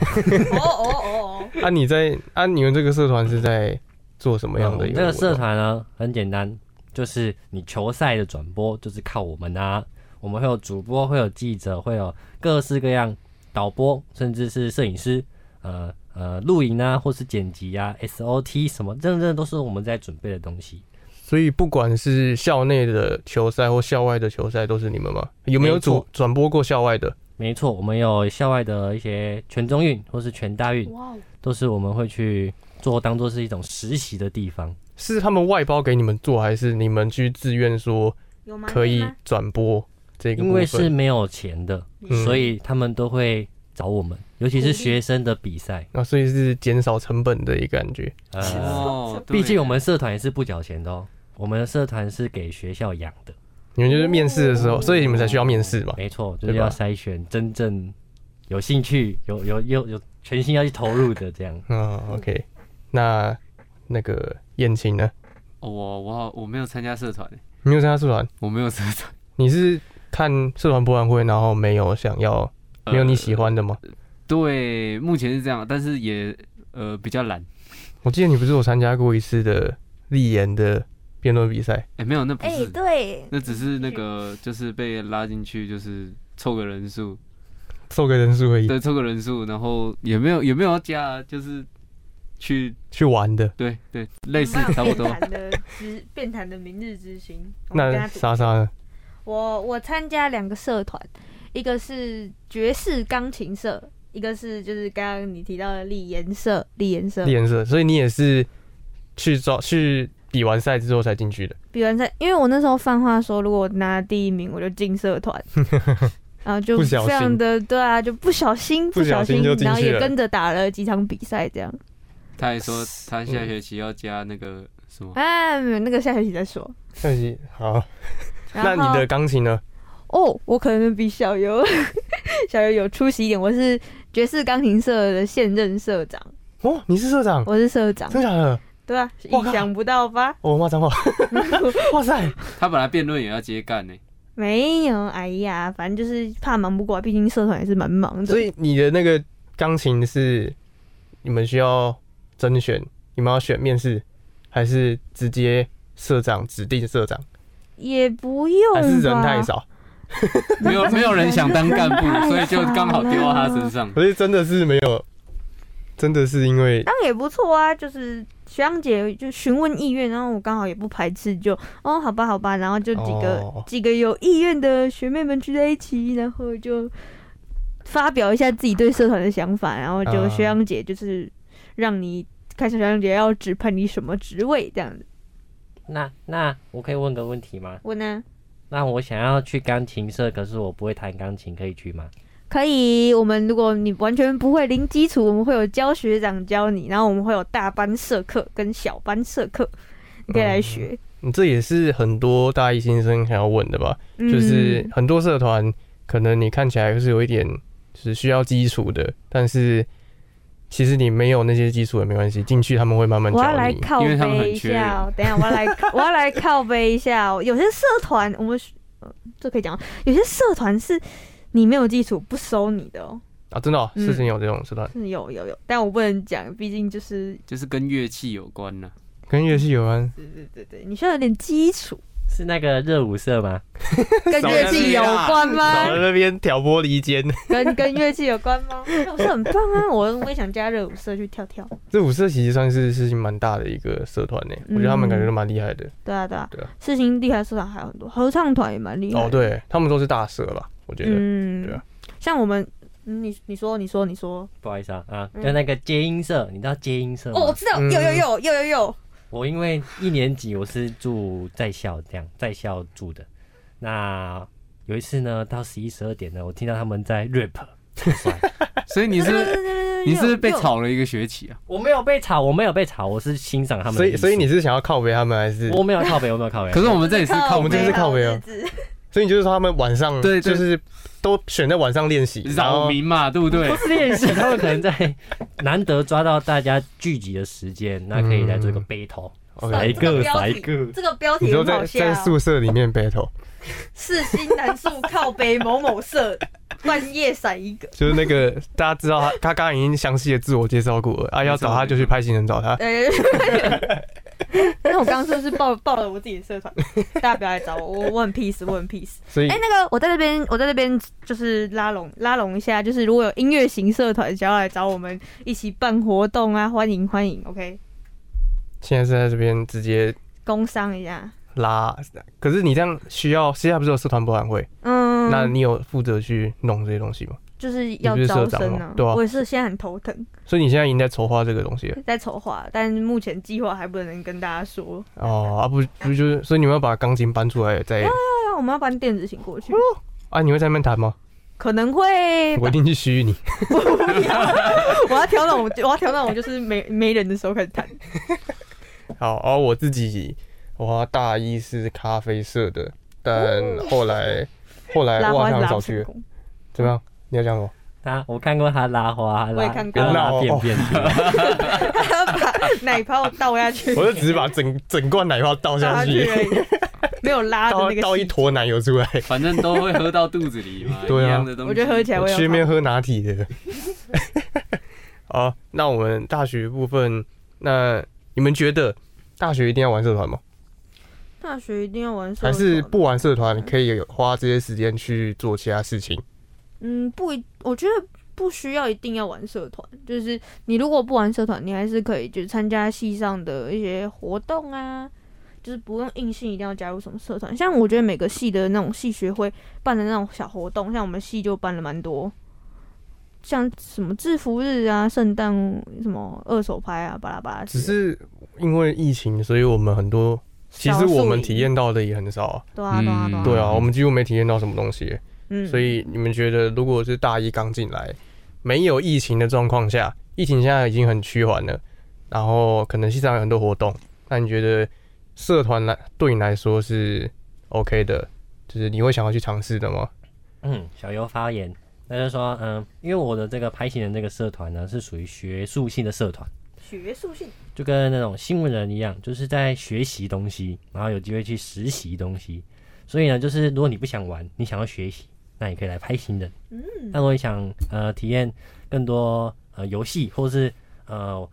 [SPEAKER 8] 啊，你
[SPEAKER 1] 哎
[SPEAKER 8] 在啊，你们这个社团是在做什么样的
[SPEAKER 4] 嗯
[SPEAKER 8] 一
[SPEAKER 4] 这
[SPEAKER 8] 个
[SPEAKER 4] 个
[SPEAKER 8] 活
[SPEAKER 4] 社
[SPEAKER 8] 动？
[SPEAKER 4] 团呢，很简单，就是你球赛的转播就是靠我们啊，我们会有主播，会有记者，会有各式各样导播，甚至是摄影师，呃呃，录影啊，或是剪辑啊，SOT 什么，这这都是我们在准备的东西。
[SPEAKER 8] 所以不管是校内的球赛或校外的球赛，都是你们吗？有没有
[SPEAKER 4] 没错
[SPEAKER 8] 主转播过校外的？
[SPEAKER 4] 没错，我们有校外的一些全中运或是全大运，都是我们会去做，当做是一种实习的地方。
[SPEAKER 8] 是他们外包给你们做，还是你们去自愿说
[SPEAKER 7] 有吗
[SPEAKER 8] 可以转播这个部
[SPEAKER 4] 啊因
[SPEAKER 8] 分？
[SPEAKER 4] 为是没有钱的，
[SPEAKER 8] 嗯
[SPEAKER 4] 所以他们都会找我们，尤其是学生的比赛。
[SPEAKER 8] 啊，所以是减少成本的一个感觉。
[SPEAKER 4] 呃，
[SPEAKER 12] 哦对
[SPEAKER 4] 毕竟我们社团也是不缴钱的哦，我们的社团是给学校养的，
[SPEAKER 8] 你们就是面试的时
[SPEAKER 7] 哦
[SPEAKER 8] 候，所以你们才需要面试嘛？
[SPEAKER 4] 没错，就
[SPEAKER 8] 对
[SPEAKER 4] 是
[SPEAKER 8] 吧
[SPEAKER 4] 要筛选真正有兴趣、有有有有全心要去投入的这
[SPEAKER 8] *laughs*
[SPEAKER 4] 样。
[SPEAKER 8] 嗯，OK，那那个燕青呢？
[SPEAKER 12] 哦，我我好我没有参加社团欸，
[SPEAKER 8] 你有参加社团？
[SPEAKER 12] 我没有社团，
[SPEAKER 8] 你是看社团博览会，然后没有想要 *laughs*
[SPEAKER 7] 呃
[SPEAKER 8] 没有你喜欢的吗？
[SPEAKER 12] 呃对，目前是这样，但是也呃比较懒。
[SPEAKER 8] 我记得你不是有参加过一次的立言的辩论比赛？
[SPEAKER 12] 哎，没有，那不是，
[SPEAKER 7] 对，
[SPEAKER 12] 那只是那个就是被拉进去，就是凑个人数，
[SPEAKER 8] 凑个人数而已，
[SPEAKER 12] 对，凑个人数，然后也没有也没有要加啊，就是去
[SPEAKER 8] 去玩的。
[SPEAKER 12] 对对类似
[SPEAKER 7] 我们
[SPEAKER 12] 差
[SPEAKER 7] 有
[SPEAKER 12] 不
[SPEAKER 7] 辩
[SPEAKER 12] 多。
[SPEAKER 7] 坛的之辩坛的明日之星。我们跟
[SPEAKER 8] 那
[SPEAKER 7] 他赌
[SPEAKER 8] 莎莎呢？
[SPEAKER 7] 我我参加两个社团，一个是爵士钢琴社，一个是就是刚刚你提到的丽颜社，丽颜社，
[SPEAKER 8] 立言社，所以你也是去抓去比完赛之后才进去的。
[SPEAKER 7] 比完赛，因为我那时候放话说，如果我拿第一名，我就进社
[SPEAKER 8] *laughs*
[SPEAKER 7] 团，然后就
[SPEAKER 8] 不
[SPEAKER 7] 非
[SPEAKER 8] 小心
[SPEAKER 7] 常的对啊，就不小心
[SPEAKER 8] 不小
[SPEAKER 7] 小
[SPEAKER 8] 心
[SPEAKER 7] 心
[SPEAKER 8] 就进，去了
[SPEAKER 7] 然后也跟着打了几场比赛这样。
[SPEAKER 12] 他还说他下学期要加那个什
[SPEAKER 8] 哦
[SPEAKER 12] 么，
[SPEAKER 7] 哎，没有那个下学期再说
[SPEAKER 8] 那你好，
[SPEAKER 7] 然
[SPEAKER 8] 那
[SPEAKER 7] 后
[SPEAKER 8] 你的钢琴呢？
[SPEAKER 7] 哦。我可能比小 *laughs* 游小游有出息一点，我是爵士钢琴社的现任社长，
[SPEAKER 8] 哦，你是社长？
[SPEAKER 7] 我是社长，
[SPEAKER 8] 真假的？
[SPEAKER 7] 对啊，
[SPEAKER 8] 哇
[SPEAKER 7] 意想不到吧？ *laughs*
[SPEAKER 8] 我骂脏话。哇塞！
[SPEAKER 12] 他本来辩论也要接干
[SPEAKER 7] *laughs*
[SPEAKER 12] 欸呢、
[SPEAKER 7] 没有，哎呀，反正就是怕忙不过来，毕竟社团也是蛮忙的。
[SPEAKER 8] *laughs* 所以你的那个钢琴是你们需要甄选，你们要选面试，还是直接社长指定社长，
[SPEAKER 7] 也不用吧
[SPEAKER 8] 还是人太少？
[SPEAKER 12] 没有没有人想当干
[SPEAKER 7] *laughs*
[SPEAKER 12] 部，所以就刚好丢到他身上。
[SPEAKER 8] 可是真的是没有，真的是因为
[SPEAKER 7] 当然也不错啊，就是学长姐就询问意愿，然后我刚好也不排斥就，哦，好吧，好吧，然后就几个、
[SPEAKER 8] 哦
[SPEAKER 7] 几个有意愿的学妹们聚在一起，然后就发表一下自己对社团的想法，然后就
[SPEAKER 8] 啊
[SPEAKER 7] 学长姐就是让你开始学长姐要指派你什么职位这样子。
[SPEAKER 4] 那那我可以问个问题吗？
[SPEAKER 7] 我呢，
[SPEAKER 4] 那我想要去钢琴社，可是我不会弹钢琴，可以去吗？
[SPEAKER 7] 可以，我们如果你完全不会零基础，我们会有教学长教你，然后我们会有大班社课跟小班社课，你可以
[SPEAKER 8] 嗯
[SPEAKER 7] 来学。
[SPEAKER 8] 你这也是很多大一新生想要问的吧？
[SPEAKER 7] 嗯
[SPEAKER 8] 就是很多社团可能你看起来是有一点就是需要基础的，但是其实你没有那些基础也没关系，进去他们会慢慢教
[SPEAKER 7] 我
[SPEAKER 8] 你。
[SPEAKER 7] 要来靠背一下、哦，等一下我
[SPEAKER 8] *laughs*
[SPEAKER 7] 要来我要来靠背一下、哦。有些社团我们、呃这可以讲吗，有些社团是你没有基础不收你的哦，
[SPEAKER 8] 啊，真的、哦，
[SPEAKER 7] 嗯
[SPEAKER 8] 是真有这种社团，
[SPEAKER 7] 是有有有，但我不能讲，毕竟就是
[SPEAKER 12] 就是跟乐器有关呢、
[SPEAKER 8] 跟乐器有关。
[SPEAKER 7] 对对对，你需要有点基础。
[SPEAKER 4] 是那个热舞社吗？
[SPEAKER 7] 跟乐器有关
[SPEAKER 8] *laughs*
[SPEAKER 7] 吗
[SPEAKER 8] 少？在那边挑拨离间，
[SPEAKER 7] 跟跟乐器有关吗？ *laughs* 热舞社很棒啊，我我也想加热舞社去跳跳。
[SPEAKER 8] *laughs* 这舞社其实算是事情蛮大的一个社团呢、
[SPEAKER 7] 嗯
[SPEAKER 8] 我觉得他们感觉都蛮厉害的。
[SPEAKER 7] 对啊对啊，
[SPEAKER 8] 对啊，
[SPEAKER 7] 事情厉害，社团还有很多，合唱团也蛮厉害。
[SPEAKER 8] 哦，，对他们都是大社吧？我觉得，
[SPEAKER 7] 嗯，
[SPEAKER 8] 对啊，
[SPEAKER 7] 像我们，嗯你你说你说你说，
[SPEAKER 4] 不好意思啊啊，
[SPEAKER 7] 嗯
[SPEAKER 4] 就那个接音社，你知道接音社吗？
[SPEAKER 7] 哦，我知道，
[SPEAKER 8] 嗯
[SPEAKER 7] 有有。有有有有，
[SPEAKER 4] 我因为一年级我是住在校，这样在校住的。那有一次呢，到十一十二点呢，我听到他们在 rap，
[SPEAKER 12] 所以你是你是不是被炒了一个学期啊？
[SPEAKER 4] 我没有被吵，我没有被吵，我是欣赏他们
[SPEAKER 8] 所
[SPEAKER 4] 的
[SPEAKER 8] 以
[SPEAKER 4] 艺术。
[SPEAKER 8] 所以你是想要靠背他们还是？
[SPEAKER 4] 我没有靠北我没 *laughs* 有靠北可是我们这里是靠
[SPEAKER 8] 我们这是靠背哦。所以你就是说他们晚上
[SPEAKER 12] 对对
[SPEAKER 8] 就是都选在晚上练习，
[SPEAKER 12] 扰民嘛，对不对？
[SPEAKER 4] 不是练习，他们可能在难得抓到大家聚集的时间，那可以来做一个 battle，来
[SPEAKER 8] 嗯
[SPEAKER 4] 一
[SPEAKER 7] 这
[SPEAKER 4] 个
[SPEAKER 7] 标题
[SPEAKER 4] 来一个。
[SPEAKER 7] 这个标
[SPEAKER 8] 你
[SPEAKER 7] 题
[SPEAKER 8] 就
[SPEAKER 7] 很
[SPEAKER 8] 在
[SPEAKER 7] 好
[SPEAKER 8] 在
[SPEAKER 7] 笑哦。
[SPEAKER 8] 宿舍里面 battle，
[SPEAKER 7] 四星男
[SPEAKER 8] *laughs*
[SPEAKER 7] 宿靠北某某社，半夜闪一个。
[SPEAKER 8] 就是那个大家知道他他刚刚已经详细的自我介绍过了啊，要找他就去拍行程找他。
[SPEAKER 7] *laughs* 呃，那我刚刚是不是报报了我自己的社
[SPEAKER 8] *laughs*
[SPEAKER 7] 团？大家不要来找我，我我很 peace，我很 peace。
[SPEAKER 8] 所以
[SPEAKER 7] 哎、那个我在这边，我在这边就是拉拢拉拢一下，就是如果有音乐型社团想要来找我们一起办活动啊，欢迎欢迎，OK，
[SPEAKER 8] 现在是在这边直接
[SPEAKER 7] 工商一下。
[SPEAKER 8] 拉，可是你这样需要现在不是有社团博览会？
[SPEAKER 7] 嗯
[SPEAKER 8] 那你有负责去弄这些东西吗？
[SPEAKER 7] 就是要
[SPEAKER 8] 你不是
[SPEAKER 7] 招
[SPEAKER 8] 社长
[SPEAKER 7] 生
[SPEAKER 8] 吗对啊
[SPEAKER 7] 我也是现在很头疼，
[SPEAKER 8] 所以你现在已经在筹划这个东西了
[SPEAKER 7] 在筹划，但目前计划还不能跟大家说。
[SPEAKER 4] 嗯
[SPEAKER 8] 哦啊不不就是，所以你们要把钢琴搬出来再
[SPEAKER 4] 啊
[SPEAKER 7] 要要要，啊我们要搬电子琴过去，
[SPEAKER 8] 啊？你会在那边弹吗？
[SPEAKER 7] 可能 *laughs* 会
[SPEAKER 8] 我一定去虚拟。
[SPEAKER 7] 我要调整，我我要调整，我就是没没人的时候开始弹。
[SPEAKER 8] 好，而、我自己，我大一是咖啡社的，但后
[SPEAKER 4] *laughs*
[SPEAKER 8] 来后
[SPEAKER 7] 哎
[SPEAKER 8] 来
[SPEAKER 4] 拉
[SPEAKER 8] 我
[SPEAKER 4] 花
[SPEAKER 8] 好像
[SPEAKER 4] 拉
[SPEAKER 8] 找
[SPEAKER 4] 不
[SPEAKER 8] 去
[SPEAKER 4] 成
[SPEAKER 8] 了，怎么样？你要
[SPEAKER 4] *laughs*
[SPEAKER 8] 讲什么？
[SPEAKER 4] 他我看过他拉花，他
[SPEAKER 7] 我
[SPEAKER 4] 拉
[SPEAKER 7] 也看过
[SPEAKER 4] 他拉
[SPEAKER 8] 哦
[SPEAKER 4] 便便，
[SPEAKER 7] *laughs* 奶泡倒下去，
[SPEAKER 8] *laughs* 我就只是把整整罐奶泡倒
[SPEAKER 7] 倒
[SPEAKER 8] 下
[SPEAKER 7] 下去而
[SPEAKER 8] 去，
[SPEAKER 7] 已，没有拉的
[SPEAKER 8] 倒
[SPEAKER 7] 那个
[SPEAKER 8] 倒一
[SPEAKER 7] 细
[SPEAKER 8] 坨奶油出
[SPEAKER 4] *laughs*
[SPEAKER 8] 来，反
[SPEAKER 12] 反正都会喝到肚子里嘛，
[SPEAKER 8] *laughs* 对啊
[SPEAKER 12] 一样的东西。
[SPEAKER 7] 我觉得喝起来
[SPEAKER 8] 我
[SPEAKER 7] 会
[SPEAKER 8] 去
[SPEAKER 7] 有
[SPEAKER 8] 那边
[SPEAKER 7] 好。
[SPEAKER 8] 喝拿铁的。 *laughs* 好，那我们大学部分，那你们觉得大学一定要玩社团吗？
[SPEAKER 7] 大学一定要玩社
[SPEAKER 8] 还
[SPEAKER 7] 团，
[SPEAKER 8] 是不玩社团，你可以花这些时间去做其他事情？
[SPEAKER 7] 嗯不一，我觉得不需要一定要玩社团，就是你如果不玩社团，你还是可以就参加系上的一些活动啊。就是不用硬性一定要加入什么社团，像我觉得每个系的那种系学会办的那种小活动，像我们系就办了蛮多，像什么制服日啊、圣诞什么二手拍啊、巴拉巴拉之
[SPEAKER 8] 只
[SPEAKER 7] 类的。
[SPEAKER 8] 是因为疫情，所以我们很多，其实我们体验到的也很少啊。
[SPEAKER 7] 对啊对啊对啊
[SPEAKER 8] 对啊，我们几乎没体验到什么东西。
[SPEAKER 7] 嗯
[SPEAKER 8] 所以你们觉得，如果是大一刚进来，没有疫情的状况下，疫情现在已经很趋缓了，然后可能系上有很多活动，那你觉得社团来对你来说是 OK 的，就是你会想要去尝试的吗？
[SPEAKER 4] 嗯，小优发言，那就说，嗯，因为我的这个拍戏人这个社团呢，是属于学术性的社团，
[SPEAKER 7] 学术性
[SPEAKER 4] 就跟那种新闻人一样，就是在学习东西，然后有机会去实习东西。所以呢，就是如果你不想玩，你想要学习，那你可以来拍新人。
[SPEAKER 7] 嗯
[SPEAKER 4] 那如果你想呃体验更多呃游戏，或是呃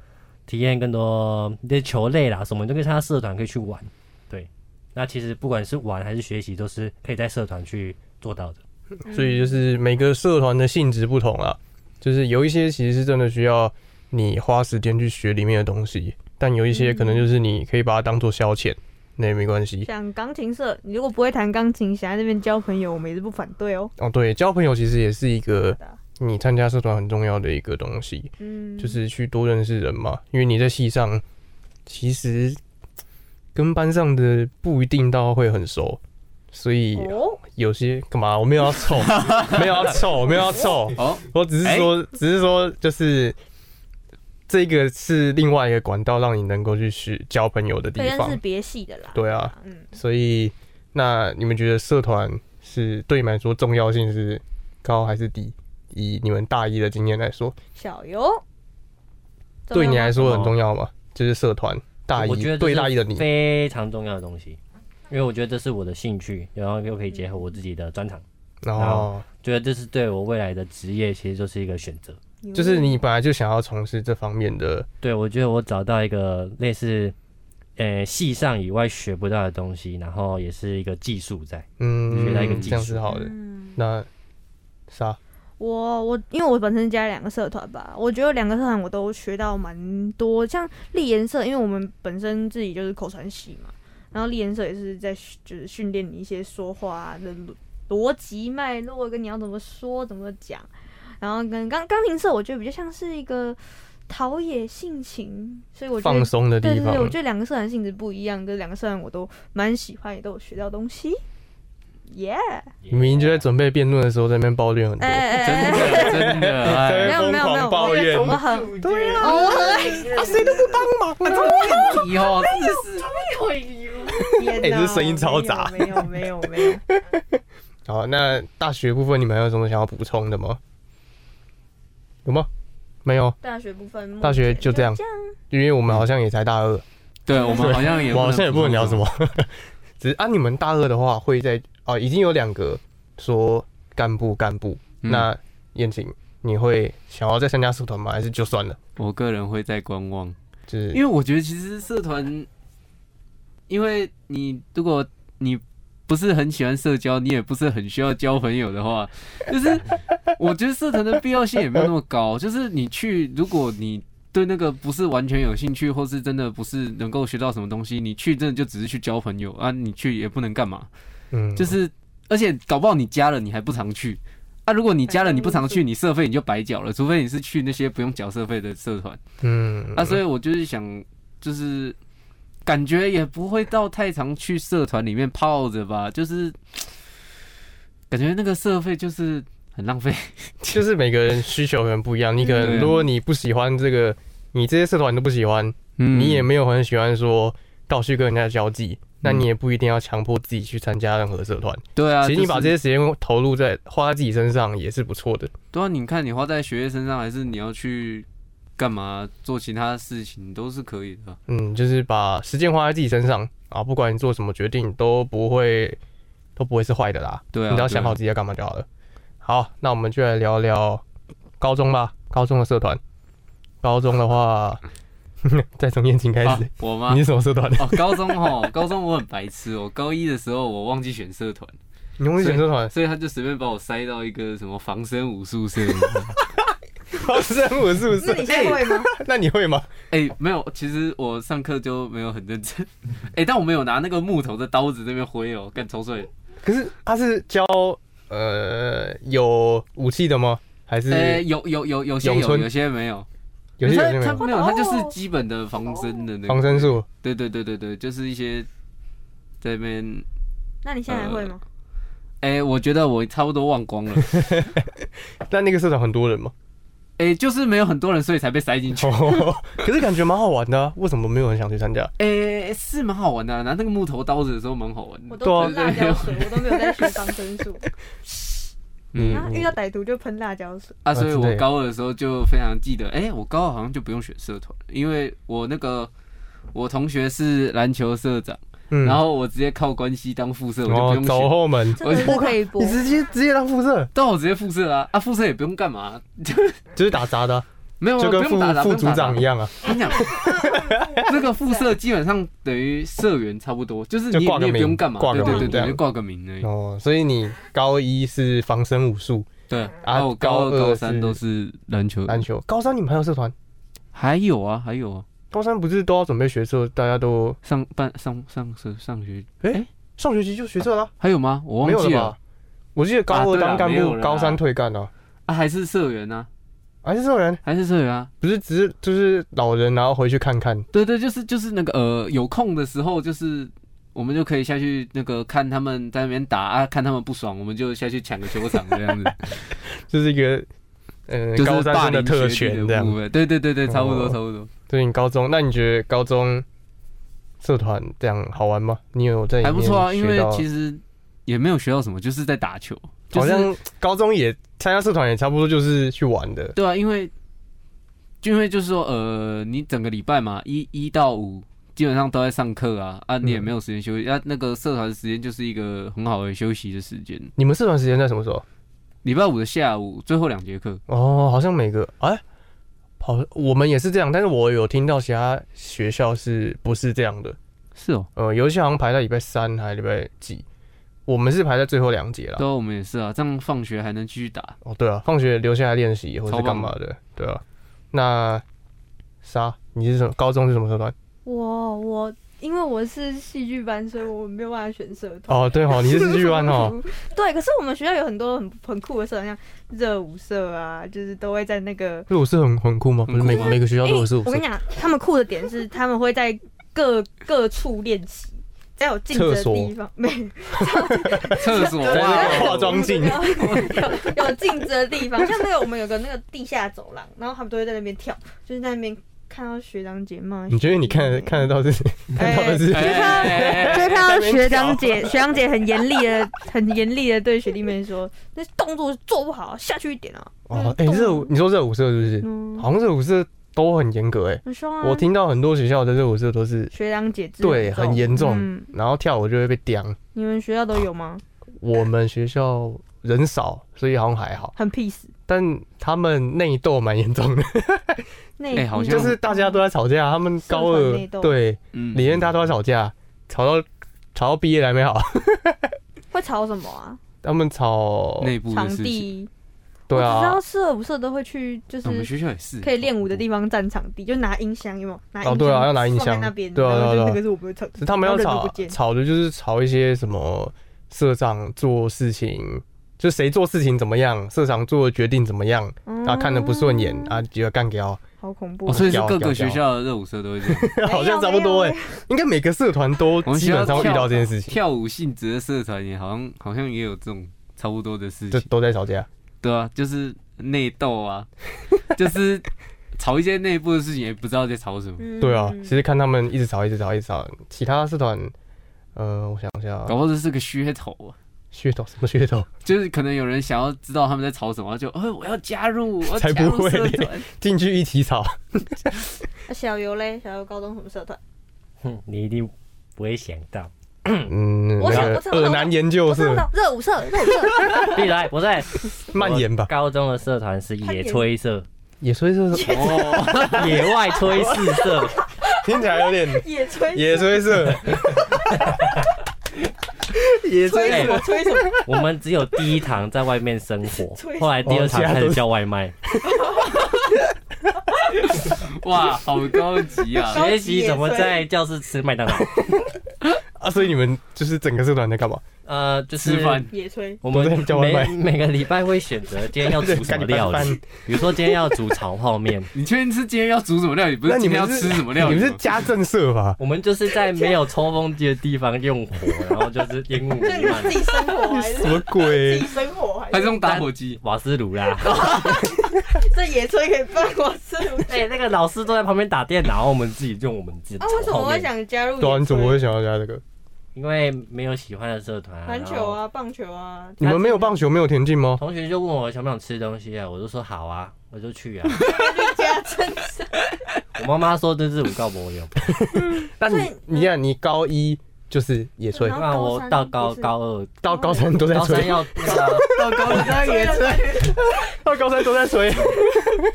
[SPEAKER 4] 体验更多的球类啦什么，你就可以参加社团可以去玩。对，那其实不管是玩还是学习，都是可以在社团去做到的。
[SPEAKER 7] 嗯
[SPEAKER 8] 所以就是每个社团的性质不同啦，就是有一些其实是真的需要你花时间去学里面的东西，但有一些可能就是你可以把它当做消遣，那也没关系。
[SPEAKER 7] 嗯像钢琴社，你如果不会弹钢琴，想在那边交朋友，我们也是不反对哦。
[SPEAKER 8] 哦，对，交朋友其实也是一个你参加社团很重要的一个东西，
[SPEAKER 7] 嗯
[SPEAKER 8] 就是去多认识人嘛，因为你在系上其实跟班上的不一定到会很熟，所以
[SPEAKER 7] 哦
[SPEAKER 8] 有些干嘛我没有要
[SPEAKER 4] *laughs*
[SPEAKER 8] 凑，没有要凑，没有要凑，
[SPEAKER 12] 哦，
[SPEAKER 8] 我只是说，
[SPEAKER 4] 哎
[SPEAKER 8] 只是说就是。这个是另外一个管道，让你能够去去交朋友的地
[SPEAKER 7] 对，但
[SPEAKER 8] 方
[SPEAKER 7] 是。别系的啦。
[SPEAKER 8] 对啊，
[SPEAKER 7] 嗯
[SPEAKER 8] 所以那你们觉得社团是对你们来说重要性是高还是低？以你们大一的经验来说，
[SPEAKER 7] 小游，
[SPEAKER 8] 对你来说很重要吗？就是社团大一
[SPEAKER 4] 我觉得这
[SPEAKER 8] 对
[SPEAKER 4] 是
[SPEAKER 8] 大一的你，
[SPEAKER 4] 非常重要的东西，因为我觉得这是我的兴趣，然后又可以结合我自己的专长，
[SPEAKER 8] 哦
[SPEAKER 4] 然后觉得这是对我未来的职业其实就是一个选择。
[SPEAKER 8] 就是你本来就想要从事这方面的，
[SPEAKER 4] 对我觉得我找到一个类似呃系上以外学不到的东西，然后也是一个技术在，
[SPEAKER 8] 嗯，
[SPEAKER 4] 学到一个技
[SPEAKER 8] 这样
[SPEAKER 4] 术
[SPEAKER 8] 是好的。那啥，
[SPEAKER 7] 嗯我我因为我本身加两个社团吧，我觉得两个社团我都学到蛮多，像立研社，因为我们本身自己就是口传系嘛，然后立研社也是在训就是训练你一些说话啊的逻逻辑脉络，跟你要怎么说怎么讲，然后跟钢钢琴社我觉得比较像是一个陶冶性情，所以我觉得
[SPEAKER 8] 放松的地
[SPEAKER 7] 对对对，
[SPEAKER 8] 方
[SPEAKER 7] 我觉得两个社团性质不一样，就是两个社团我都蛮喜欢，也都有学到东西。耶、
[SPEAKER 8] 你明明就在准备辩论的时候在那边抱怨很多，
[SPEAKER 7] 哎
[SPEAKER 12] 哎真的哎
[SPEAKER 8] 在
[SPEAKER 7] *laughs* 没
[SPEAKER 8] 那
[SPEAKER 7] 有没有
[SPEAKER 8] 边
[SPEAKER 7] 没有，
[SPEAKER 8] 疯狂抱怨
[SPEAKER 7] 我。很对啊，
[SPEAKER 3] 我很
[SPEAKER 7] 啊谁都不帮忙，
[SPEAKER 12] 问题哦，
[SPEAKER 7] 天
[SPEAKER 8] 哎，
[SPEAKER 7] 哪
[SPEAKER 8] 这声音超杂。
[SPEAKER 7] 没有没有没有，
[SPEAKER 8] 好，那大学部分你们还有什么想要补充的吗？有吗？没有，
[SPEAKER 7] 大学部分，
[SPEAKER 8] 大学就这样，因为我们好像也才大二。
[SPEAKER 12] 对我们好像也不能
[SPEAKER 8] 我好像也不能聊什么。只是啊，你们大二的话会在啊，已经有两个说干部干部。
[SPEAKER 12] 嗯
[SPEAKER 8] 那燕晴，你会想要再参加社团吗？还是就算了？
[SPEAKER 12] 我个人会在观望，
[SPEAKER 8] 就是
[SPEAKER 12] 因为我觉得其实社团，因为你如果你不是很喜欢社交，你也不是很需要交朋友的
[SPEAKER 8] *laughs*
[SPEAKER 12] 话，就是我觉得社团的必要性也没有那么高。就是你去，如果你对那个不是完全有兴趣，或是真的不是能够学到什么东西，你去真的就只是去交朋友啊，你去也不能干嘛。
[SPEAKER 8] 嗯，
[SPEAKER 12] 就是而且搞不好你加了你还不常去啊，如果你加了你不常去，你社费你就白缴了，除非你是去那些不用缴社费的社团
[SPEAKER 8] 嗯
[SPEAKER 12] 啊，所以我就是想就是。感觉也不会到太常去社团里面泡着吧，就是感觉那个社费就是很浪费。
[SPEAKER 8] 就是每个人需求可能不一样。你可能
[SPEAKER 12] 嗯对
[SPEAKER 8] 如果你不喜欢这个，你这些社团你都不喜欢，
[SPEAKER 12] 嗯
[SPEAKER 8] 你也没有很喜欢说到处去跟人家交际，那你也不一定要强迫自己去参加任何社团。
[SPEAKER 12] 嗯对啊
[SPEAKER 8] 其实你把
[SPEAKER 12] 就
[SPEAKER 8] 这
[SPEAKER 12] 是
[SPEAKER 8] 些时间投入在花在自己身上也是不错的。
[SPEAKER 12] 对啊，你看你花在学业身上，还是你要去干嘛做其他事情都是可以的啊。
[SPEAKER 8] 嗯，就是把时间花在自己身上啊，不管你做什么决定都不会都不会是坏的啦。
[SPEAKER 12] 对啊
[SPEAKER 8] 你只要想
[SPEAKER 12] 对啊
[SPEAKER 8] 好自己要干嘛就好了。好，那我们就来聊聊高中吧，高中的社团。高中的话， *laughs* 再从燕青开始、
[SPEAKER 12] 啊我吗？
[SPEAKER 8] 你是什么社团？
[SPEAKER 12] 哦，高中哦， *laughs* 高中我很白痴哦。高一的时候我忘记选社团，
[SPEAKER 8] 你忘记选社团
[SPEAKER 12] 所以所以他就随便把我塞到一个什么防身武术社。
[SPEAKER 8] 高三我哦是不是？
[SPEAKER 12] 是你先会
[SPEAKER 7] 吗？
[SPEAKER 8] 那你会吗？
[SPEAKER 12] 哎、没有，其实我上课就没有很认真。 *laughs* 哎、但我们有拿那个木头的刀子那边挥哦，干抽水。
[SPEAKER 8] 可是他是教呃有武器的吗？还是、
[SPEAKER 12] 呃有有有有些
[SPEAKER 8] 咏
[SPEAKER 12] 有，
[SPEAKER 8] 春
[SPEAKER 12] 有些没有。
[SPEAKER 8] 有些有
[SPEAKER 12] 他
[SPEAKER 8] 些没有
[SPEAKER 12] 他没哦有，他就是基本的防身的那个
[SPEAKER 8] 防身术。
[SPEAKER 12] 对对对对对，就是一些在那边。
[SPEAKER 7] 那你现在还会吗？
[SPEAKER 12] 哎、我觉得我差不多忘光了。 *laughs*
[SPEAKER 8] 但那个社团很多人吗？ *laughs*
[SPEAKER 12] 哎、就是没有很多人，所以才被塞进
[SPEAKER 8] 哦
[SPEAKER 12] 去。
[SPEAKER 8] 可是感觉蛮好玩的、啊，为什么没有人想去参加？
[SPEAKER 12] 哎、是蛮好玩的啊、拿那个木头刀子的时候蛮好玩的。
[SPEAKER 7] 我都
[SPEAKER 12] 对
[SPEAKER 7] 喷辣椒水，我都没有在学防身术。
[SPEAKER 12] 嗯
[SPEAKER 7] 然后遇到歹徒就喷辣椒水
[SPEAKER 12] 啊，所以我高二的时候就非常记得，哎、我高二好像就不用选社团，因为我那个我同学是篮球社长，
[SPEAKER 8] 嗯
[SPEAKER 12] 然后我直接靠关系当副社，我就不
[SPEAKER 8] 哦
[SPEAKER 12] 用，选
[SPEAKER 8] 走后门，
[SPEAKER 12] 我
[SPEAKER 7] 不可以播，
[SPEAKER 8] 你直接直接当副社，
[SPEAKER 12] 但我直接副社啊，啊副社也不用干嘛， *laughs*
[SPEAKER 8] 就是打杂的啊、
[SPEAKER 12] 没有啊
[SPEAKER 8] 就跟
[SPEAKER 12] 不用
[SPEAKER 8] 副
[SPEAKER 12] 打杂
[SPEAKER 8] 副
[SPEAKER 12] 不用
[SPEAKER 8] 组
[SPEAKER 12] 打杂
[SPEAKER 8] 长一样啊。
[SPEAKER 12] 我跟
[SPEAKER 8] *laughs*
[SPEAKER 12] 你讲，这个副社基本上等于社员差不多，就是
[SPEAKER 8] 就
[SPEAKER 12] 你也
[SPEAKER 8] 挂
[SPEAKER 12] 你
[SPEAKER 8] 个
[SPEAKER 12] 也不
[SPEAKER 8] 名，
[SPEAKER 12] 用干嘛，
[SPEAKER 8] 挂
[SPEAKER 12] 对
[SPEAKER 8] 个
[SPEAKER 12] 对
[SPEAKER 8] 名
[SPEAKER 12] 对
[SPEAKER 8] 这
[SPEAKER 12] 对，
[SPEAKER 8] 样
[SPEAKER 12] 就挂个名而已。
[SPEAKER 8] 哦，所以你高一是防身武术，
[SPEAKER 12] 对
[SPEAKER 8] 啊
[SPEAKER 12] 啊，我高二、
[SPEAKER 8] 高二
[SPEAKER 12] 高三
[SPEAKER 8] 是
[SPEAKER 12] 都是篮球，
[SPEAKER 8] 篮球。高三你们还有社团？
[SPEAKER 12] 还有啊，还有啊，
[SPEAKER 8] 高三不是都要准备学社，大家都
[SPEAKER 12] 上班上上学上学，
[SPEAKER 8] 哎、上学期就学社啦、
[SPEAKER 12] 还有吗？我
[SPEAKER 8] 没有
[SPEAKER 12] 忘记
[SPEAKER 8] 了吧
[SPEAKER 12] 了，
[SPEAKER 8] 我记得
[SPEAKER 12] 啊
[SPEAKER 8] 高二
[SPEAKER 12] 对啦
[SPEAKER 8] 当干
[SPEAKER 12] 没有
[SPEAKER 8] 部，
[SPEAKER 12] 了啦
[SPEAKER 8] 高三退干啊，
[SPEAKER 12] 啊，还是社员啊，
[SPEAKER 8] 还是社员？
[SPEAKER 12] 还是社员啊？
[SPEAKER 8] 不是，只是就是老人，然后回去看看。
[SPEAKER 12] 对对，就是就是那个呃，有空的时候就是。我们就可以下去那个看他们在那边打啊，看他们不爽，我们就下去抢个球场这
[SPEAKER 8] *laughs*
[SPEAKER 12] 样子，
[SPEAKER 8] 就是一个嗯、
[SPEAKER 12] 就是
[SPEAKER 8] 高三
[SPEAKER 12] 霸
[SPEAKER 8] 生的
[SPEAKER 12] 凌
[SPEAKER 8] 特
[SPEAKER 12] 学弟
[SPEAKER 8] 权
[SPEAKER 12] 的
[SPEAKER 8] 这样
[SPEAKER 12] 部。分对对对对，差不多
[SPEAKER 8] 哦
[SPEAKER 12] 差不多。
[SPEAKER 8] 对你高中，那你觉得高中社团这样好玩吗？你有在里
[SPEAKER 12] 还
[SPEAKER 8] 面
[SPEAKER 12] 不错啊，因
[SPEAKER 8] 学
[SPEAKER 12] 为
[SPEAKER 8] 到
[SPEAKER 12] 其实也没有学到什么，就是在打球，就
[SPEAKER 8] 好
[SPEAKER 12] 是
[SPEAKER 8] 像高中也参加社团也差不多就是去玩的。
[SPEAKER 12] 对啊，因为就因为就是说，呃，你整个礼拜嘛，一一到五基本上都在上课啊，啊，
[SPEAKER 8] 嗯
[SPEAKER 12] 你也没有时间休息，啊，那个社团时间就是一个很好的休息的时间。
[SPEAKER 8] 你们社团时间在什么时候？
[SPEAKER 12] 礼拜五的下午最后两节课，
[SPEAKER 8] 哦，好像每个哎，好，我们也是这样，但是我有听到其他学校是不是这样的？
[SPEAKER 12] 是哦，
[SPEAKER 8] 呃，有一些好像排在礼拜三还是礼拜几，我们是排在最后两节啦。
[SPEAKER 12] 对啊，我们也是啊，这样放学还能继
[SPEAKER 7] *laughs*
[SPEAKER 12] 续打。
[SPEAKER 8] 哦，对啊，放学留下来练习或者
[SPEAKER 12] 超
[SPEAKER 8] 是
[SPEAKER 12] 棒
[SPEAKER 8] 干嘛的，对啊。那啥，你是什么？高中是什么社团？
[SPEAKER 7] 我我因为我是戏剧班，所以我没有办法选社团。
[SPEAKER 8] 哦，对 *laughs* 哦，你是戏剧班哦。
[SPEAKER 7] *laughs* 对，可是我们学校有很多很很酷的社团，像热舞社啊，就是都会在那个
[SPEAKER 8] 热舞社很很酷吗？不是每每个学校都有热舞
[SPEAKER 7] 我
[SPEAKER 8] 社
[SPEAKER 7] 跟你。讲，他们酷的点是他们会在
[SPEAKER 8] *laughs*
[SPEAKER 7] 各各处练习，在有镜子的地方，没
[SPEAKER 12] 厕所啊
[SPEAKER 8] 在那
[SPEAKER 12] 哇
[SPEAKER 8] 个化妆镜，
[SPEAKER 7] 有镜子的地方，像那个我们有个那个地下走廊，然后他们都会在那边跳，就是在那边看到学长姐嘛。
[SPEAKER 8] 你觉得你看得看得到这些？看到的是？哎
[SPEAKER 7] 就是看到学长姐，
[SPEAKER 8] 在那边跳
[SPEAKER 7] 学长姐很严厉的、很严厉的对学弟妹说：“那动作做不好，下去一点啊
[SPEAKER 8] 哦，哎，热舞，你说热舞社是
[SPEAKER 7] 嗯
[SPEAKER 8] 不是？好像热舞社都很严格哎！”。
[SPEAKER 7] 很凶啊！
[SPEAKER 8] 我听到很多学校的热舞社都是
[SPEAKER 7] 学长姐之
[SPEAKER 8] 对很严重
[SPEAKER 7] 嗯，
[SPEAKER 8] 然后跳舞就会被刁。
[SPEAKER 7] 你们学校都有吗？
[SPEAKER 8] 我们学校人少，所以好像还好，
[SPEAKER 7] 很 peace
[SPEAKER 8] 但他们内斗蛮严重的。
[SPEAKER 7] 那
[SPEAKER 8] *laughs* 哎就是大家都在吵架，他们
[SPEAKER 7] 社团
[SPEAKER 8] 高二
[SPEAKER 7] 内斗
[SPEAKER 8] 对，
[SPEAKER 12] 嗯
[SPEAKER 8] 理念大家都在吵架，吵到吵到毕业还没好，
[SPEAKER 7] 会吵什么啊？
[SPEAKER 8] 他们吵
[SPEAKER 12] 内部
[SPEAKER 7] 场地。
[SPEAKER 8] 对
[SPEAKER 7] 我只知
[SPEAKER 8] 啊
[SPEAKER 7] 道，社舞社都会去，就是
[SPEAKER 8] 我们学校也是
[SPEAKER 7] 可以练舞的地方占场地，就拿音箱，有没有？拿音
[SPEAKER 8] 哦对啊，要拿音
[SPEAKER 7] 放
[SPEAKER 8] 箱
[SPEAKER 7] 在那，边，
[SPEAKER 8] 对啊
[SPEAKER 7] 然后
[SPEAKER 8] 对
[SPEAKER 7] 就
[SPEAKER 8] 啊，
[SPEAKER 7] 那
[SPEAKER 8] 对
[SPEAKER 7] 个
[SPEAKER 8] 啊
[SPEAKER 7] 是我们的场地，
[SPEAKER 8] 是他们要
[SPEAKER 7] 然后人都
[SPEAKER 8] 吵
[SPEAKER 7] 不见
[SPEAKER 8] 吵的就是吵一些什么社长做事情。就谁做事情怎么样，社长做的决定怎么样，
[SPEAKER 7] 嗯
[SPEAKER 8] 啊，看的不顺眼啊，就要
[SPEAKER 7] *laughs*
[SPEAKER 8] 干掉。
[SPEAKER 7] 好恐怖啊
[SPEAKER 12] 哦，所以是
[SPEAKER 8] 屌
[SPEAKER 12] 各个
[SPEAKER 8] 屌
[SPEAKER 12] 学
[SPEAKER 8] 屌
[SPEAKER 12] 校的热舞社都会这样。
[SPEAKER 8] *laughs* 好像差不多哎、应该每个社团都
[SPEAKER 12] 我们
[SPEAKER 8] 基本上会遇到这件事情，
[SPEAKER 12] 跳舞性质的社团也好像好像也有这种差不多的事
[SPEAKER 8] 就
[SPEAKER 12] 情，
[SPEAKER 8] 都在吵架。
[SPEAKER 12] 对啊，就是内斗
[SPEAKER 8] *laughs*
[SPEAKER 12] 啊，就是吵一些内部的事情，也不知道在吵什么。
[SPEAKER 8] 对啊，
[SPEAKER 7] 嗯
[SPEAKER 4] 嗯
[SPEAKER 8] 其实看他们一直吵，一直吵，一直吵。其他社团，呃，我想一下，
[SPEAKER 12] 搞不好这是个噱头啊，
[SPEAKER 8] 噱头 *laughs* 什么噱头？
[SPEAKER 12] 就是可能有人想要知道他们在吵什么，就呃、我要加入，我要
[SPEAKER 8] 才
[SPEAKER 12] 加
[SPEAKER 8] 不
[SPEAKER 12] 入
[SPEAKER 8] 会
[SPEAKER 12] 社
[SPEAKER 8] 嘞
[SPEAKER 12] 团。
[SPEAKER 8] 进去一
[SPEAKER 12] *laughs*
[SPEAKER 8] 起吵。
[SPEAKER 7] 啊小游嘞，小游高中什么社团？
[SPEAKER 4] 哼，你一定不会想到。
[SPEAKER 8] 嗯，
[SPEAKER 4] 我
[SPEAKER 8] 那
[SPEAKER 4] 想
[SPEAKER 8] 个
[SPEAKER 4] 我想
[SPEAKER 8] 耳男研究
[SPEAKER 7] 知
[SPEAKER 8] 社
[SPEAKER 7] 道热舞社，热舞社。
[SPEAKER 8] *laughs*
[SPEAKER 4] 必来，我在
[SPEAKER 8] 蔓延吧。
[SPEAKER 4] 高中的社团是野炊社，
[SPEAKER 8] 野
[SPEAKER 4] *laughs*
[SPEAKER 8] 炊社
[SPEAKER 7] 是哦
[SPEAKER 4] 野外炊事社，
[SPEAKER 8] 听起来
[SPEAKER 4] *laughs*
[SPEAKER 8] 有点
[SPEAKER 7] 野炊
[SPEAKER 8] 野炊社。 *laughs* 野
[SPEAKER 4] 炊
[SPEAKER 7] 什么
[SPEAKER 4] 社
[SPEAKER 7] 吹什么？
[SPEAKER 4] 哎我们只有第一堂在外面生活
[SPEAKER 7] 炊事，
[SPEAKER 4] 后来第二堂
[SPEAKER 8] 哦其他
[SPEAKER 4] 开
[SPEAKER 8] 都
[SPEAKER 4] 始
[SPEAKER 8] 是
[SPEAKER 4] 叫外卖。
[SPEAKER 12] *laughs* 哇，好高级 *laughs* 啊！
[SPEAKER 4] 学习怎么在教室吃麦当劳。
[SPEAKER 8] *laughs* 啊，所以你们就是整个社团在干嘛？
[SPEAKER 4] 呃，就是
[SPEAKER 8] 吃饭
[SPEAKER 4] *laughs*
[SPEAKER 7] 野炊
[SPEAKER 4] 我
[SPEAKER 8] 都
[SPEAKER 4] 们
[SPEAKER 8] 在叫外
[SPEAKER 4] 每
[SPEAKER 8] 卖
[SPEAKER 4] 每个礼拜会选择今天要煮什么料
[SPEAKER 8] *laughs* 干你
[SPEAKER 4] 理
[SPEAKER 8] 拌，
[SPEAKER 4] 比如说今天要煮炒泡
[SPEAKER 8] *laughs*
[SPEAKER 4] 面。
[SPEAKER 12] 你确定是今天要煮什么料理，不
[SPEAKER 8] 那
[SPEAKER 12] 是
[SPEAKER 8] 你
[SPEAKER 12] 今
[SPEAKER 8] 们
[SPEAKER 12] 天要
[SPEAKER 8] 是
[SPEAKER 12] 吃什么料
[SPEAKER 8] 你
[SPEAKER 12] 理
[SPEAKER 8] 们
[SPEAKER 12] 吗？
[SPEAKER 8] 是家政社
[SPEAKER 4] *laughs*
[SPEAKER 8] 吧？
[SPEAKER 4] 我们就是在没有抽风机的地方用火，然后就是烟雾弥
[SPEAKER 7] *laughs*
[SPEAKER 4] 漫。
[SPEAKER 7] 自己生活还是
[SPEAKER 8] 什么鬼？
[SPEAKER 7] 生活还
[SPEAKER 4] 还
[SPEAKER 7] 是
[SPEAKER 4] 是用打火机、瓦斯炉啦。 *laughs*
[SPEAKER 7] 这野炊可以办我吃卤
[SPEAKER 4] 哎、那个老师都在旁边打电脑，然后我们自己用我们自己的
[SPEAKER 7] 啊？为什
[SPEAKER 4] 炒泡
[SPEAKER 7] 么我会
[SPEAKER 4] 面。
[SPEAKER 7] 想加入野
[SPEAKER 8] 对啊，你怎么
[SPEAKER 7] 炊？
[SPEAKER 8] 会想要加这
[SPEAKER 4] *laughs*
[SPEAKER 8] 个？
[SPEAKER 4] 因为没有喜欢的社团、啊，
[SPEAKER 7] 篮
[SPEAKER 4] 然
[SPEAKER 7] 球
[SPEAKER 4] 后
[SPEAKER 7] 啊，棒球啊，
[SPEAKER 8] 你们没有棒球，没有田径吗？
[SPEAKER 4] 同学就问我想不想吃东西啊，我就说好啊，我就去啊。
[SPEAKER 7] 家 *laughs* 真是
[SPEAKER 4] 我妈妈说这是五告博有，
[SPEAKER 8] 但你
[SPEAKER 4] 嗯
[SPEAKER 8] 你看，你高一就是野炊，
[SPEAKER 4] 那我到高高二
[SPEAKER 8] 到高三都在
[SPEAKER 4] 高三
[SPEAKER 8] 吹，
[SPEAKER 4] 要 *laughs* 那个
[SPEAKER 8] 到高三野炊，到高三都在吹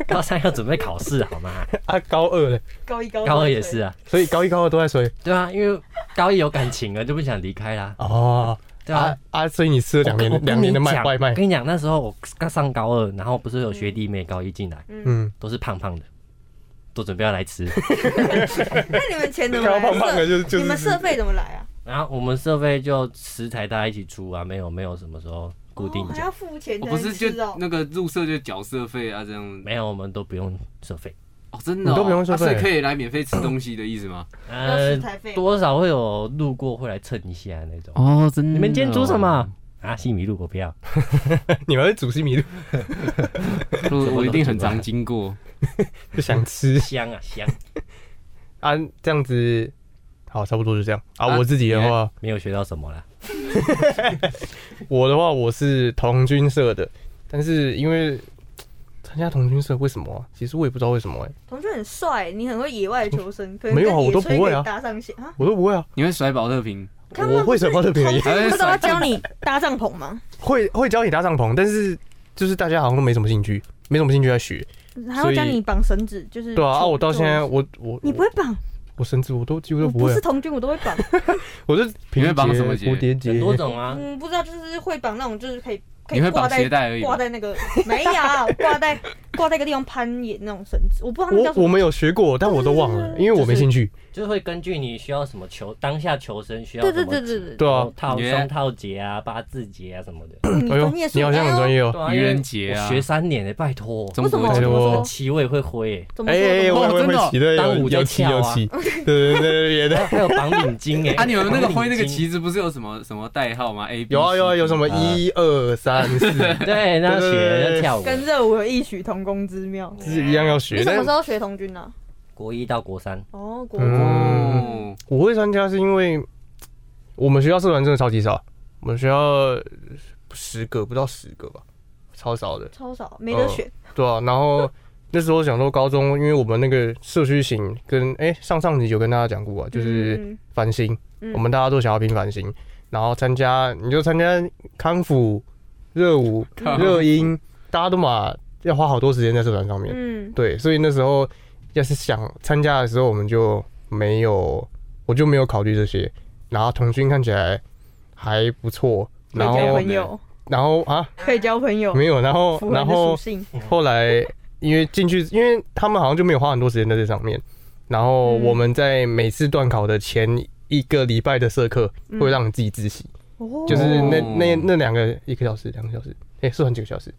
[SPEAKER 4] 高三要准备考试好吗？
[SPEAKER 8] *laughs* *laughs* 啊，高二嘞，
[SPEAKER 7] 高一高
[SPEAKER 4] 高二也是啊，
[SPEAKER 8] 所以高一高二都在吹
[SPEAKER 4] 对啊，因为高一有感情了就不想离开啦。
[SPEAKER 8] 哦。
[SPEAKER 4] 对啊
[SPEAKER 8] 啊，所以你吃了两
[SPEAKER 4] 我
[SPEAKER 8] 年
[SPEAKER 4] 跟
[SPEAKER 8] 两年的
[SPEAKER 4] 你
[SPEAKER 8] 麦
[SPEAKER 4] 讲
[SPEAKER 8] 外卖
[SPEAKER 4] 我，跟你讲，那时候我刚上高二，然后不是有学弟妹高一进来，
[SPEAKER 8] 嗯， *laughs*
[SPEAKER 4] 都是胖胖的，都准备要来吃。
[SPEAKER 7] 那你们钱怎么来？
[SPEAKER 8] 高胖胖的就
[SPEAKER 7] 社
[SPEAKER 8] 就是
[SPEAKER 7] 你们社费怎么来啊？
[SPEAKER 4] 然后我们设备就食材大家一起出啊，没有没有什么时候固定
[SPEAKER 7] 哦还
[SPEAKER 4] 讲，
[SPEAKER 7] 要付钱
[SPEAKER 12] 我
[SPEAKER 7] 才
[SPEAKER 12] 不
[SPEAKER 7] 能
[SPEAKER 12] 是
[SPEAKER 7] 吃
[SPEAKER 12] 就
[SPEAKER 7] 哦。
[SPEAKER 12] 那个入社就缴社费啊，这样没
[SPEAKER 4] 有，我们都不用社费。
[SPEAKER 12] 哦，真的哦、
[SPEAKER 4] 你都不用社
[SPEAKER 12] 啊所以
[SPEAKER 4] 费
[SPEAKER 12] 可以来免费吃东西的意思吗？
[SPEAKER 4] 呃，多少会有路过会来蹭一下那种。
[SPEAKER 12] 哦，真
[SPEAKER 4] 你们今天煮什
[SPEAKER 8] 嗯
[SPEAKER 4] 么？啊？西米露我不要，
[SPEAKER 8] 你们是主西米露，
[SPEAKER 12] 我我一定很常经过，
[SPEAKER 8] 就想
[SPEAKER 4] *laughs*
[SPEAKER 8] 吃
[SPEAKER 4] 香啊香
[SPEAKER 8] 啊，这样子，好，差不多就这样啊。
[SPEAKER 4] 啊
[SPEAKER 8] 我自己的
[SPEAKER 4] 你
[SPEAKER 8] 话，
[SPEAKER 4] 没有学到什么啦。
[SPEAKER 8] 我的话我是童军社的，但是因为参加童军社为什么啊？其实我也不知道为什么哎，
[SPEAKER 7] 同学很帅，你很会野外求生，可能
[SPEAKER 8] 没有啊
[SPEAKER 7] 跟野
[SPEAKER 8] 我都不
[SPEAKER 7] 炊
[SPEAKER 8] 会
[SPEAKER 7] 可以
[SPEAKER 8] 啊
[SPEAKER 7] 搭上线啊，
[SPEAKER 8] 我都不会啊。
[SPEAKER 12] 你会甩保特瓶？
[SPEAKER 8] 我会什么特别
[SPEAKER 7] 同
[SPEAKER 8] 的？
[SPEAKER 7] 学不都要教你搭帐篷吗？
[SPEAKER 8] 会会教你搭帐篷，但是就是大家好像都没什么兴趣，没什么兴趣在学。
[SPEAKER 7] 还会教你绑绳子，就是
[SPEAKER 8] 对啊，啊
[SPEAKER 7] 做
[SPEAKER 8] 我到现在
[SPEAKER 7] 做
[SPEAKER 8] 我我
[SPEAKER 7] 你不会绑，
[SPEAKER 8] 我我绳子我都几乎都
[SPEAKER 7] 我
[SPEAKER 8] 不
[SPEAKER 7] 不
[SPEAKER 8] 会啊
[SPEAKER 7] 是，童军，我都会绑。
[SPEAKER 8] 我是
[SPEAKER 12] 你
[SPEAKER 8] 平
[SPEAKER 12] 会绑
[SPEAKER 8] 结
[SPEAKER 12] 什么结
[SPEAKER 8] 蝴蝶结
[SPEAKER 4] 很多种啊，
[SPEAKER 7] 嗯，不知道，就是会绑那种，就是可以可以
[SPEAKER 12] 你会绑
[SPEAKER 7] 挂在
[SPEAKER 12] 鞋带而已吧
[SPEAKER 7] 挂在那个 *laughs* 没有啊挂在挂在一个地方攀岩那种绳子，我不知道那叫什
[SPEAKER 8] 我
[SPEAKER 7] 么。
[SPEAKER 8] 我们有学过，但我都忘了，因为我没兴趣。
[SPEAKER 4] 就是会根据你需要什么求当下求生需要
[SPEAKER 7] 对
[SPEAKER 4] 什
[SPEAKER 7] 对
[SPEAKER 4] 么
[SPEAKER 7] 对对对
[SPEAKER 8] 对啊
[SPEAKER 4] 套
[SPEAKER 8] 耶
[SPEAKER 4] 双套结啊、八字结啊什么的。
[SPEAKER 7] 你专业是哎呦你好像很专业哦
[SPEAKER 4] 对啊
[SPEAKER 12] 愚人节啊
[SPEAKER 4] 我学三年的，拜托。
[SPEAKER 12] 为什么
[SPEAKER 8] 哎呦
[SPEAKER 4] 棋我也会挥，
[SPEAKER 7] 怎
[SPEAKER 8] 哎哎，哎我也会骑的，
[SPEAKER 4] 当
[SPEAKER 8] 有
[SPEAKER 4] 舞在
[SPEAKER 8] 有骑
[SPEAKER 4] 跳
[SPEAKER 8] 有
[SPEAKER 4] 啊
[SPEAKER 8] 骑，，对对对对，也的。
[SPEAKER 4] 欸 *laughs*
[SPEAKER 7] *laughs*
[SPEAKER 4] 还有绑领巾哎。
[SPEAKER 12] 啊，你们那个
[SPEAKER 4] 绑
[SPEAKER 12] 挥那
[SPEAKER 4] 领
[SPEAKER 12] 个
[SPEAKER 4] 巾
[SPEAKER 12] 旗子不是有什么什么代号吗？A B
[SPEAKER 8] 有啊有啊，有什么
[SPEAKER 12] 啊
[SPEAKER 8] 一二三四，
[SPEAKER 4] *laughs*
[SPEAKER 7] *laughs*
[SPEAKER 4] 对，那要
[SPEAKER 8] 对对
[SPEAKER 4] 学
[SPEAKER 8] 对对
[SPEAKER 4] 要跳舞。
[SPEAKER 7] 跟热舞有异曲同工之妙。
[SPEAKER 8] 是一样要学。
[SPEAKER 7] 你什
[SPEAKER 8] 但
[SPEAKER 7] 么时候学童军呢？
[SPEAKER 4] 国一到国三，
[SPEAKER 7] 哦，国
[SPEAKER 8] 嗯，我会参加是因为我们学校社团真的超级少，我们学校十个不到十个吧，超少的，
[SPEAKER 7] 超少，没得选。
[SPEAKER 8] 嗯对啊，然后那时候想说高中，因为我们那个社区型跟哎、上上集有跟大家讲过啊，就是繁星，
[SPEAKER 7] 嗯
[SPEAKER 8] 我们大家都想要拼繁星，然后参加你就参加康复、热舞、
[SPEAKER 7] 嗯
[SPEAKER 12] 康复
[SPEAKER 8] 热音，大家都嘛要花好多时间在社团上面，
[SPEAKER 7] 嗯，
[SPEAKER 8] 对，所以那时候要是想参加的时候，我们就没有，我就没有考虑这些。然后童军看起来还不错，
[SPEAKER 7] 可以
[SPEAKER 8] 然后
[SPEAKER 7] 交朋友，
[SPEAKER 8] 然后啊
[SPEAKER 7] 可以交朋友。
[SPEAKER 8] 没有，然后
[SPEAKER 7] 符合
[SPEAKER 8] 然
[SPEAKER 7] 你的
[SPEAKER 8] 后
[SPEAKER 7] 属性
[SPEAKER 8] 后来因为进去，因为他们好像就没有花很多时间在这上面。然后
[SPEAKER 7] 嗯
[SPEAKER 8] 我们在每次段考的前一个礼拜的社课，
[SPEAKER 7] 嗯
[SPEAKER 8] 会让你自己自习，
[SPEAKER 7] 哦
[SPEAKER 8] 就是那那那两个一个小时、两个小时，哎、社团几个小时？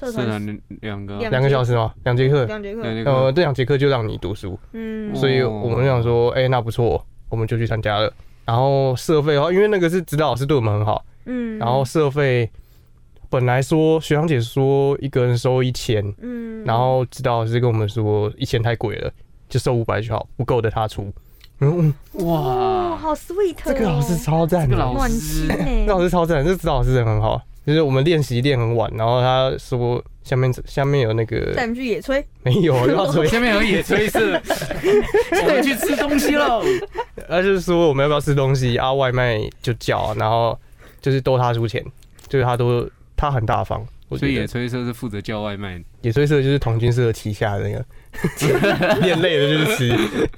[SPEAKER 7] 社
[SPEAKER 12] 社
[SPEAKER 7] 团
[SPEAKER 12] 团啊两个
[SPEAKER 7] 两
[SPEAKER 8] 两个小时吗？两节课，
[SPEAKER 7] 两节课
[SPEAKER 12] 两节课
[SPEAKER 8] 呃，这两节课就让你读书，
[SPEAKER 7] 嗯
[SPEAKER 8] 所以我们想说，哎、那不错，我们就去参加了。然后社费的话，因为那个是指导老师对我们很好，
[SPEAKER 7] 嗯
[SPEAKER 8] 然后社费本来说学长姐说一个人收一千，
[SPEAKER 7] 嗯
[SPEAKER 8] 然后指导老师跟我们说一千太贵了，就收五百就好，不够的他出。嗯，
[SPEAKER 7] 哇，哦好 sweet，这
[SPEAKER 8] 这个老师超赞
[SPEAKER 12] 这
[SPEAKER 8] 的，
[SPEAKER 12] 个老
[SPEAKER 7] 暖
[SPEAKER 12] 师
[SPEAKER 7] 心欸呢
[SPEAKER 8] 这。老师超赞，这指导老师人很好。就是我们练习练很晚，然后他说下面下面有那个
[SPEAKER 7] 带你们去野炊，
[SPEAKER 8] 没有，要吹
[SPEAKER 12] *laughs* 下面有野炊
[SPEAKER 8] *laughs*
[SPEAKER 12] 是，我们去吃东西喽。
[SPEAKER 8] 他就是说我们要不要吃东西啊，外卖就叫，然后就是都他出钱，就是他都他很大方。我觉
[SPEAKER 12] 所
[SPEAKER 8] 得
[SPEAKER 12] 以野炊社是负责叫外卖的，
[SPEAKER 8] 野炊社就是童军社旗下的那 *laughs* 个，练累了就是吃。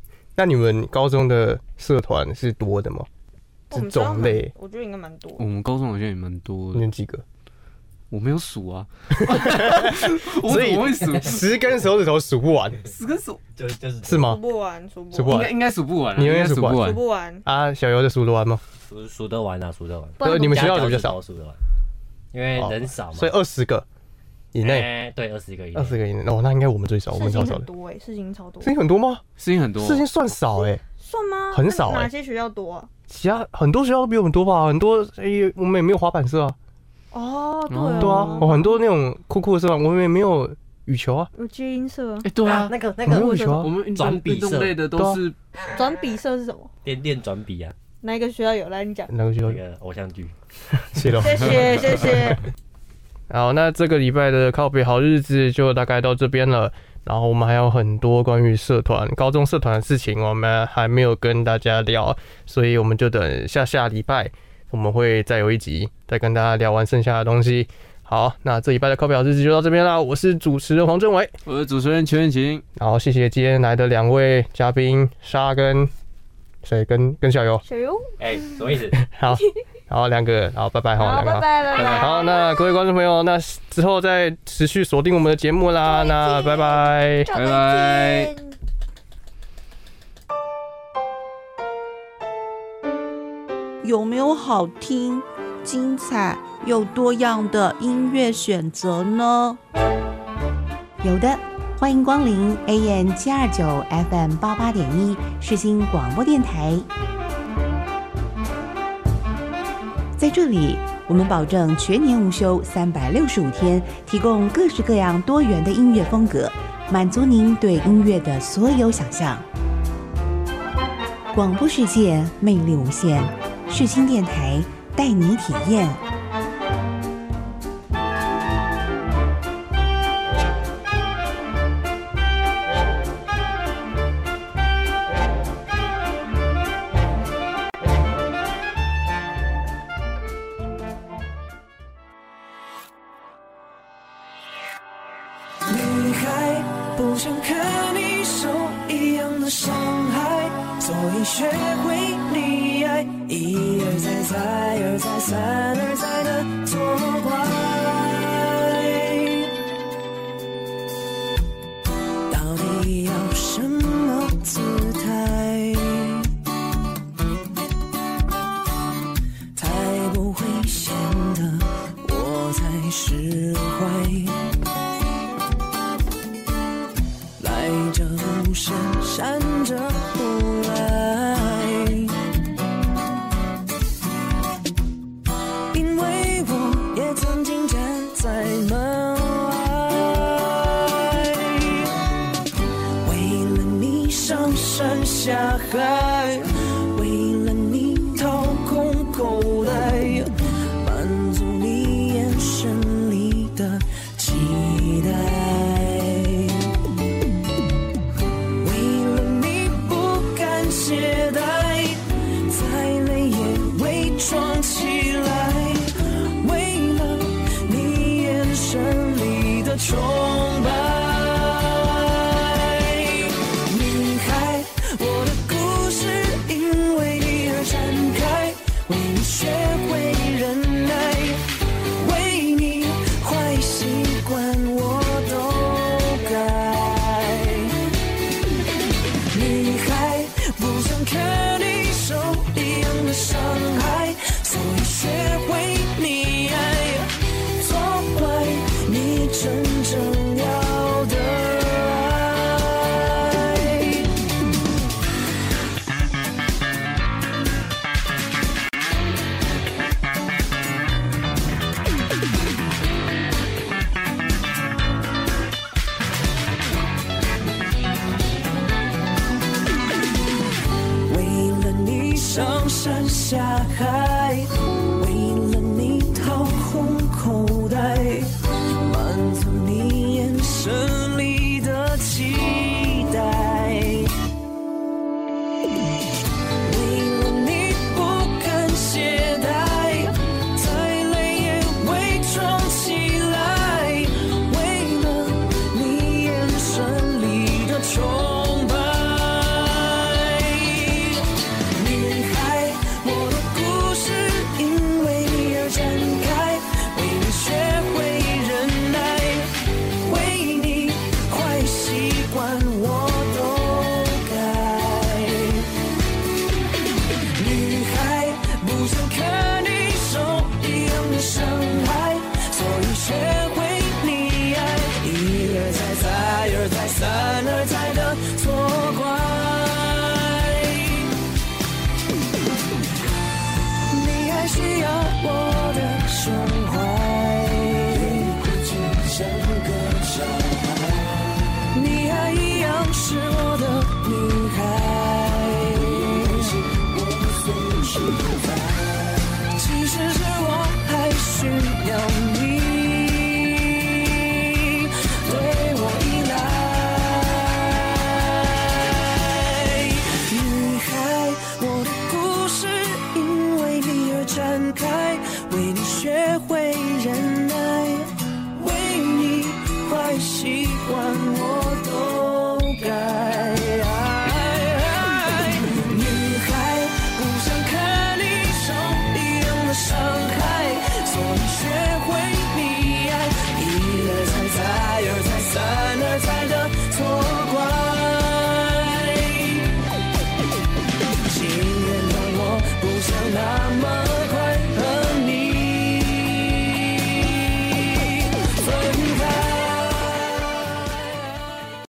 [SPEAKER 8] *laughs* 那你们高中的社团是多的吗？
[SPEAKER 7] 我们
[SPEAKER 8] 这种类嗯
[SPEAKER 7] 我觉得应该蛮多。
[SPEAKER 12] 我们高中好像也蛮多
[SPEAKER 8] 你
[SPEAKER 12] 的
[SPEAKER 8] 有，几个？
[SPEAKER 12] 我没有数啊，我
[SPEAKER 8] 所
[SPEAKER 12] 怎
[SPEAKER 8] 以
[SPEAKER 12] 么会数？
[SPEAKER 8] 十根手指头数不完，
[SPEAKER 12] 十个数
[SPEAKER 4] 就就是
[SPEAKER 8] 是
[SPEAKER 7] 数
[SPEAKER 8] 吗？
[SPEAKER 7] 不完，数
[SPEAKER 8] 数
[SPEAKER 7] 不
[SPEAKER 12] 应
[SPEAKER 8] 啊不完
[SPEAKER 12] 该应该数不完啊，
[SPEAKER 8] 你永远
[SPEAKER 12] 应该数
[SPEAKER 8] 数不
[SPEAKER 12] 不
[SPEAKER 7] 数
[SPEAKER 12] 完。
[SPEAKER 7] 不完。
[SPEAKER 8] 啊，小游的数得完吗？
[SPEAKER 4] 数数得完啊，数得完。
[SPEAKER 7] 不然
[SPEAKER 8] 呃
[SPEAKER 7] 怎么
[SPEAKER 8] 你们学校的
[SPEAKER 4] 加
[SPEAKER 8] 比
[SPEAKER 4] 脚
[SPEAKER 8] 较
[SPEAKER 4] 趾头
[SPEAKER 8] 少，哦
[SPEAKER 4] 数得完，因为人少嘛。
[SPEAKER 8] 所以二十个以内，
[SPEAKER 4] 哎对，二十一个以内
[SPEAKER 8] 二。十个以内哦，那应该我们最少，我
[SPEAKER 7] 事
[SPEAKER 8] 们超
[SPEAKER 7] 情
[SPEAKER 8] 少
[SPEAKER 7] 很
[SPEAKER 8] 的。
[SPEAKER 7] 多哎，事情超多
[SPEAKER 8] 事，情很多吗？
[SPEAKER 12] 事情很多，
[SPEAKER 8] 事情算少哎、
[SPEAKER 7] 算吗？
[SPEAKER 8] 很少
[SPEAKER 7] 那
[SPEAKER 8] 欸
[SPEAKER 7] 哪些学校多啊？
[SPEAKER 8] 其他很多学校都比我们多吧，很多诶、我们也没有滑板社啊，
[SPEAKER 7] 哦，对
[SPEAKER 12] 哦
[SPEAKER 7] 哦
[SPEAKER 8] 对啊，我很多那种酷酷的社团，啊我们也没有羽球啊，
[SPEAKER 7] 有接音社啊，
[SPEAKER 12] 哎，对啊
[SPEAKER 4] 啊，那个那
[SPEAKER 8] 我们没
[SPEAKER 4] 个
[SPEAKER 8] 有羽球
[SPEAKER 12] 我
[SPEAKER 8] 啊，
[SPEAKER 12] 们运动
[SPEAKER 4] 转笔
[SPEAKER 12] 运动
[SPEAKER 4] 社
[SPEAKER 12] 类的都是
[SPEAKER 7] 转笔社是什么？
[SPEAKER 4] 练练转笔啊，
[SPEAKER 7] 哪一个学校有？来，你讲。
[SPEAKER 8] 哪个学校
[SPEAKER 4] 那
[SPEAKER 8] 有？
[SPEAKER 4] 个偶像剧。
[SPEAKER 8] *laughs* 谢喽。
[SPEAKER 7] 谢谢，谢 *laughs* 谢。
[SPEAKER 8] 好，那这个礼拜的靠北好日子就大概到这边了。然后我们还有很多关于社团、高中社团的事情，我们还没有跟大家聊，所以我们就等下下礼拜我们会再有一集，再跟大家聊完剩下的东西。好，那这礼拜的靠北好日子就到这边啦。我是主持人黄政伟，
[SPEAKER 12] 我的主持人邱彦琴，
[SPEAKER 8] 然后谢谢今天来的两位嘉宾沙跟谁跟跟小游。
[SPEAKER 7] 小优，
[SPEAKER 4] 哎，什么意思？
[SPEAKER 8] 好，然后两个，好，拜拜哈，
[SPEAKER 7] 好，
[SPEAKER 8] 两个
[SPEAKER 7] 拜 *laughs*
[SPEAKER 8] 好。
[SPEAKER 7] 拜，拜拜。
[SPEAKER 8] 好，那各位观众朋友，那之后再持续锁定我们的节目啦。那拜拜。
[SPEAKER 12] 拜拜。
[SPEAKER 14] 有没有好听、精彩又多样的音乐选择呢？
[SPEAKER 13] 有的，欢迎光临 AM 七二九 FM 八八点一世新广播电台。在这里，我们保证全年无休，三百六十五天，提供各式各样多元的音乐风格，满足您对音乐的所有想象。广播世界魅力无限，世新电台带你体验。
[SPEAKER 3] 女孩不想看你受一样的伤害，
[SPEAKER 15] 已学会你爱，一而再，再而再，三而再的错怪。到底要什么姿态？才不会显得我才是坏？来者不善，善者不来。因为我也曾经站在门外，为了你上山下海，为了你掏空口袋，满足你眼神里的期待。为了你不敢懈怠，再累也伪装起来。为了你眼神里的崇拜，女孩，我的故事因为你而展开，为你学会忍耐，为你坏习惯我都改。女孩不想看你受一样的伤害，所以学会溺爱，错怪你真正要的爱。为了你上山下海，为了你掏空口袋，满足你眼神里的期待。为了你不敢懈怠，再累也伪装起来，为了你眼神里的崇拜。女孩，我的故事因为你而展开，为你学会忍耐，为你坏习惯我都改。女孩，不想看你受一样的伤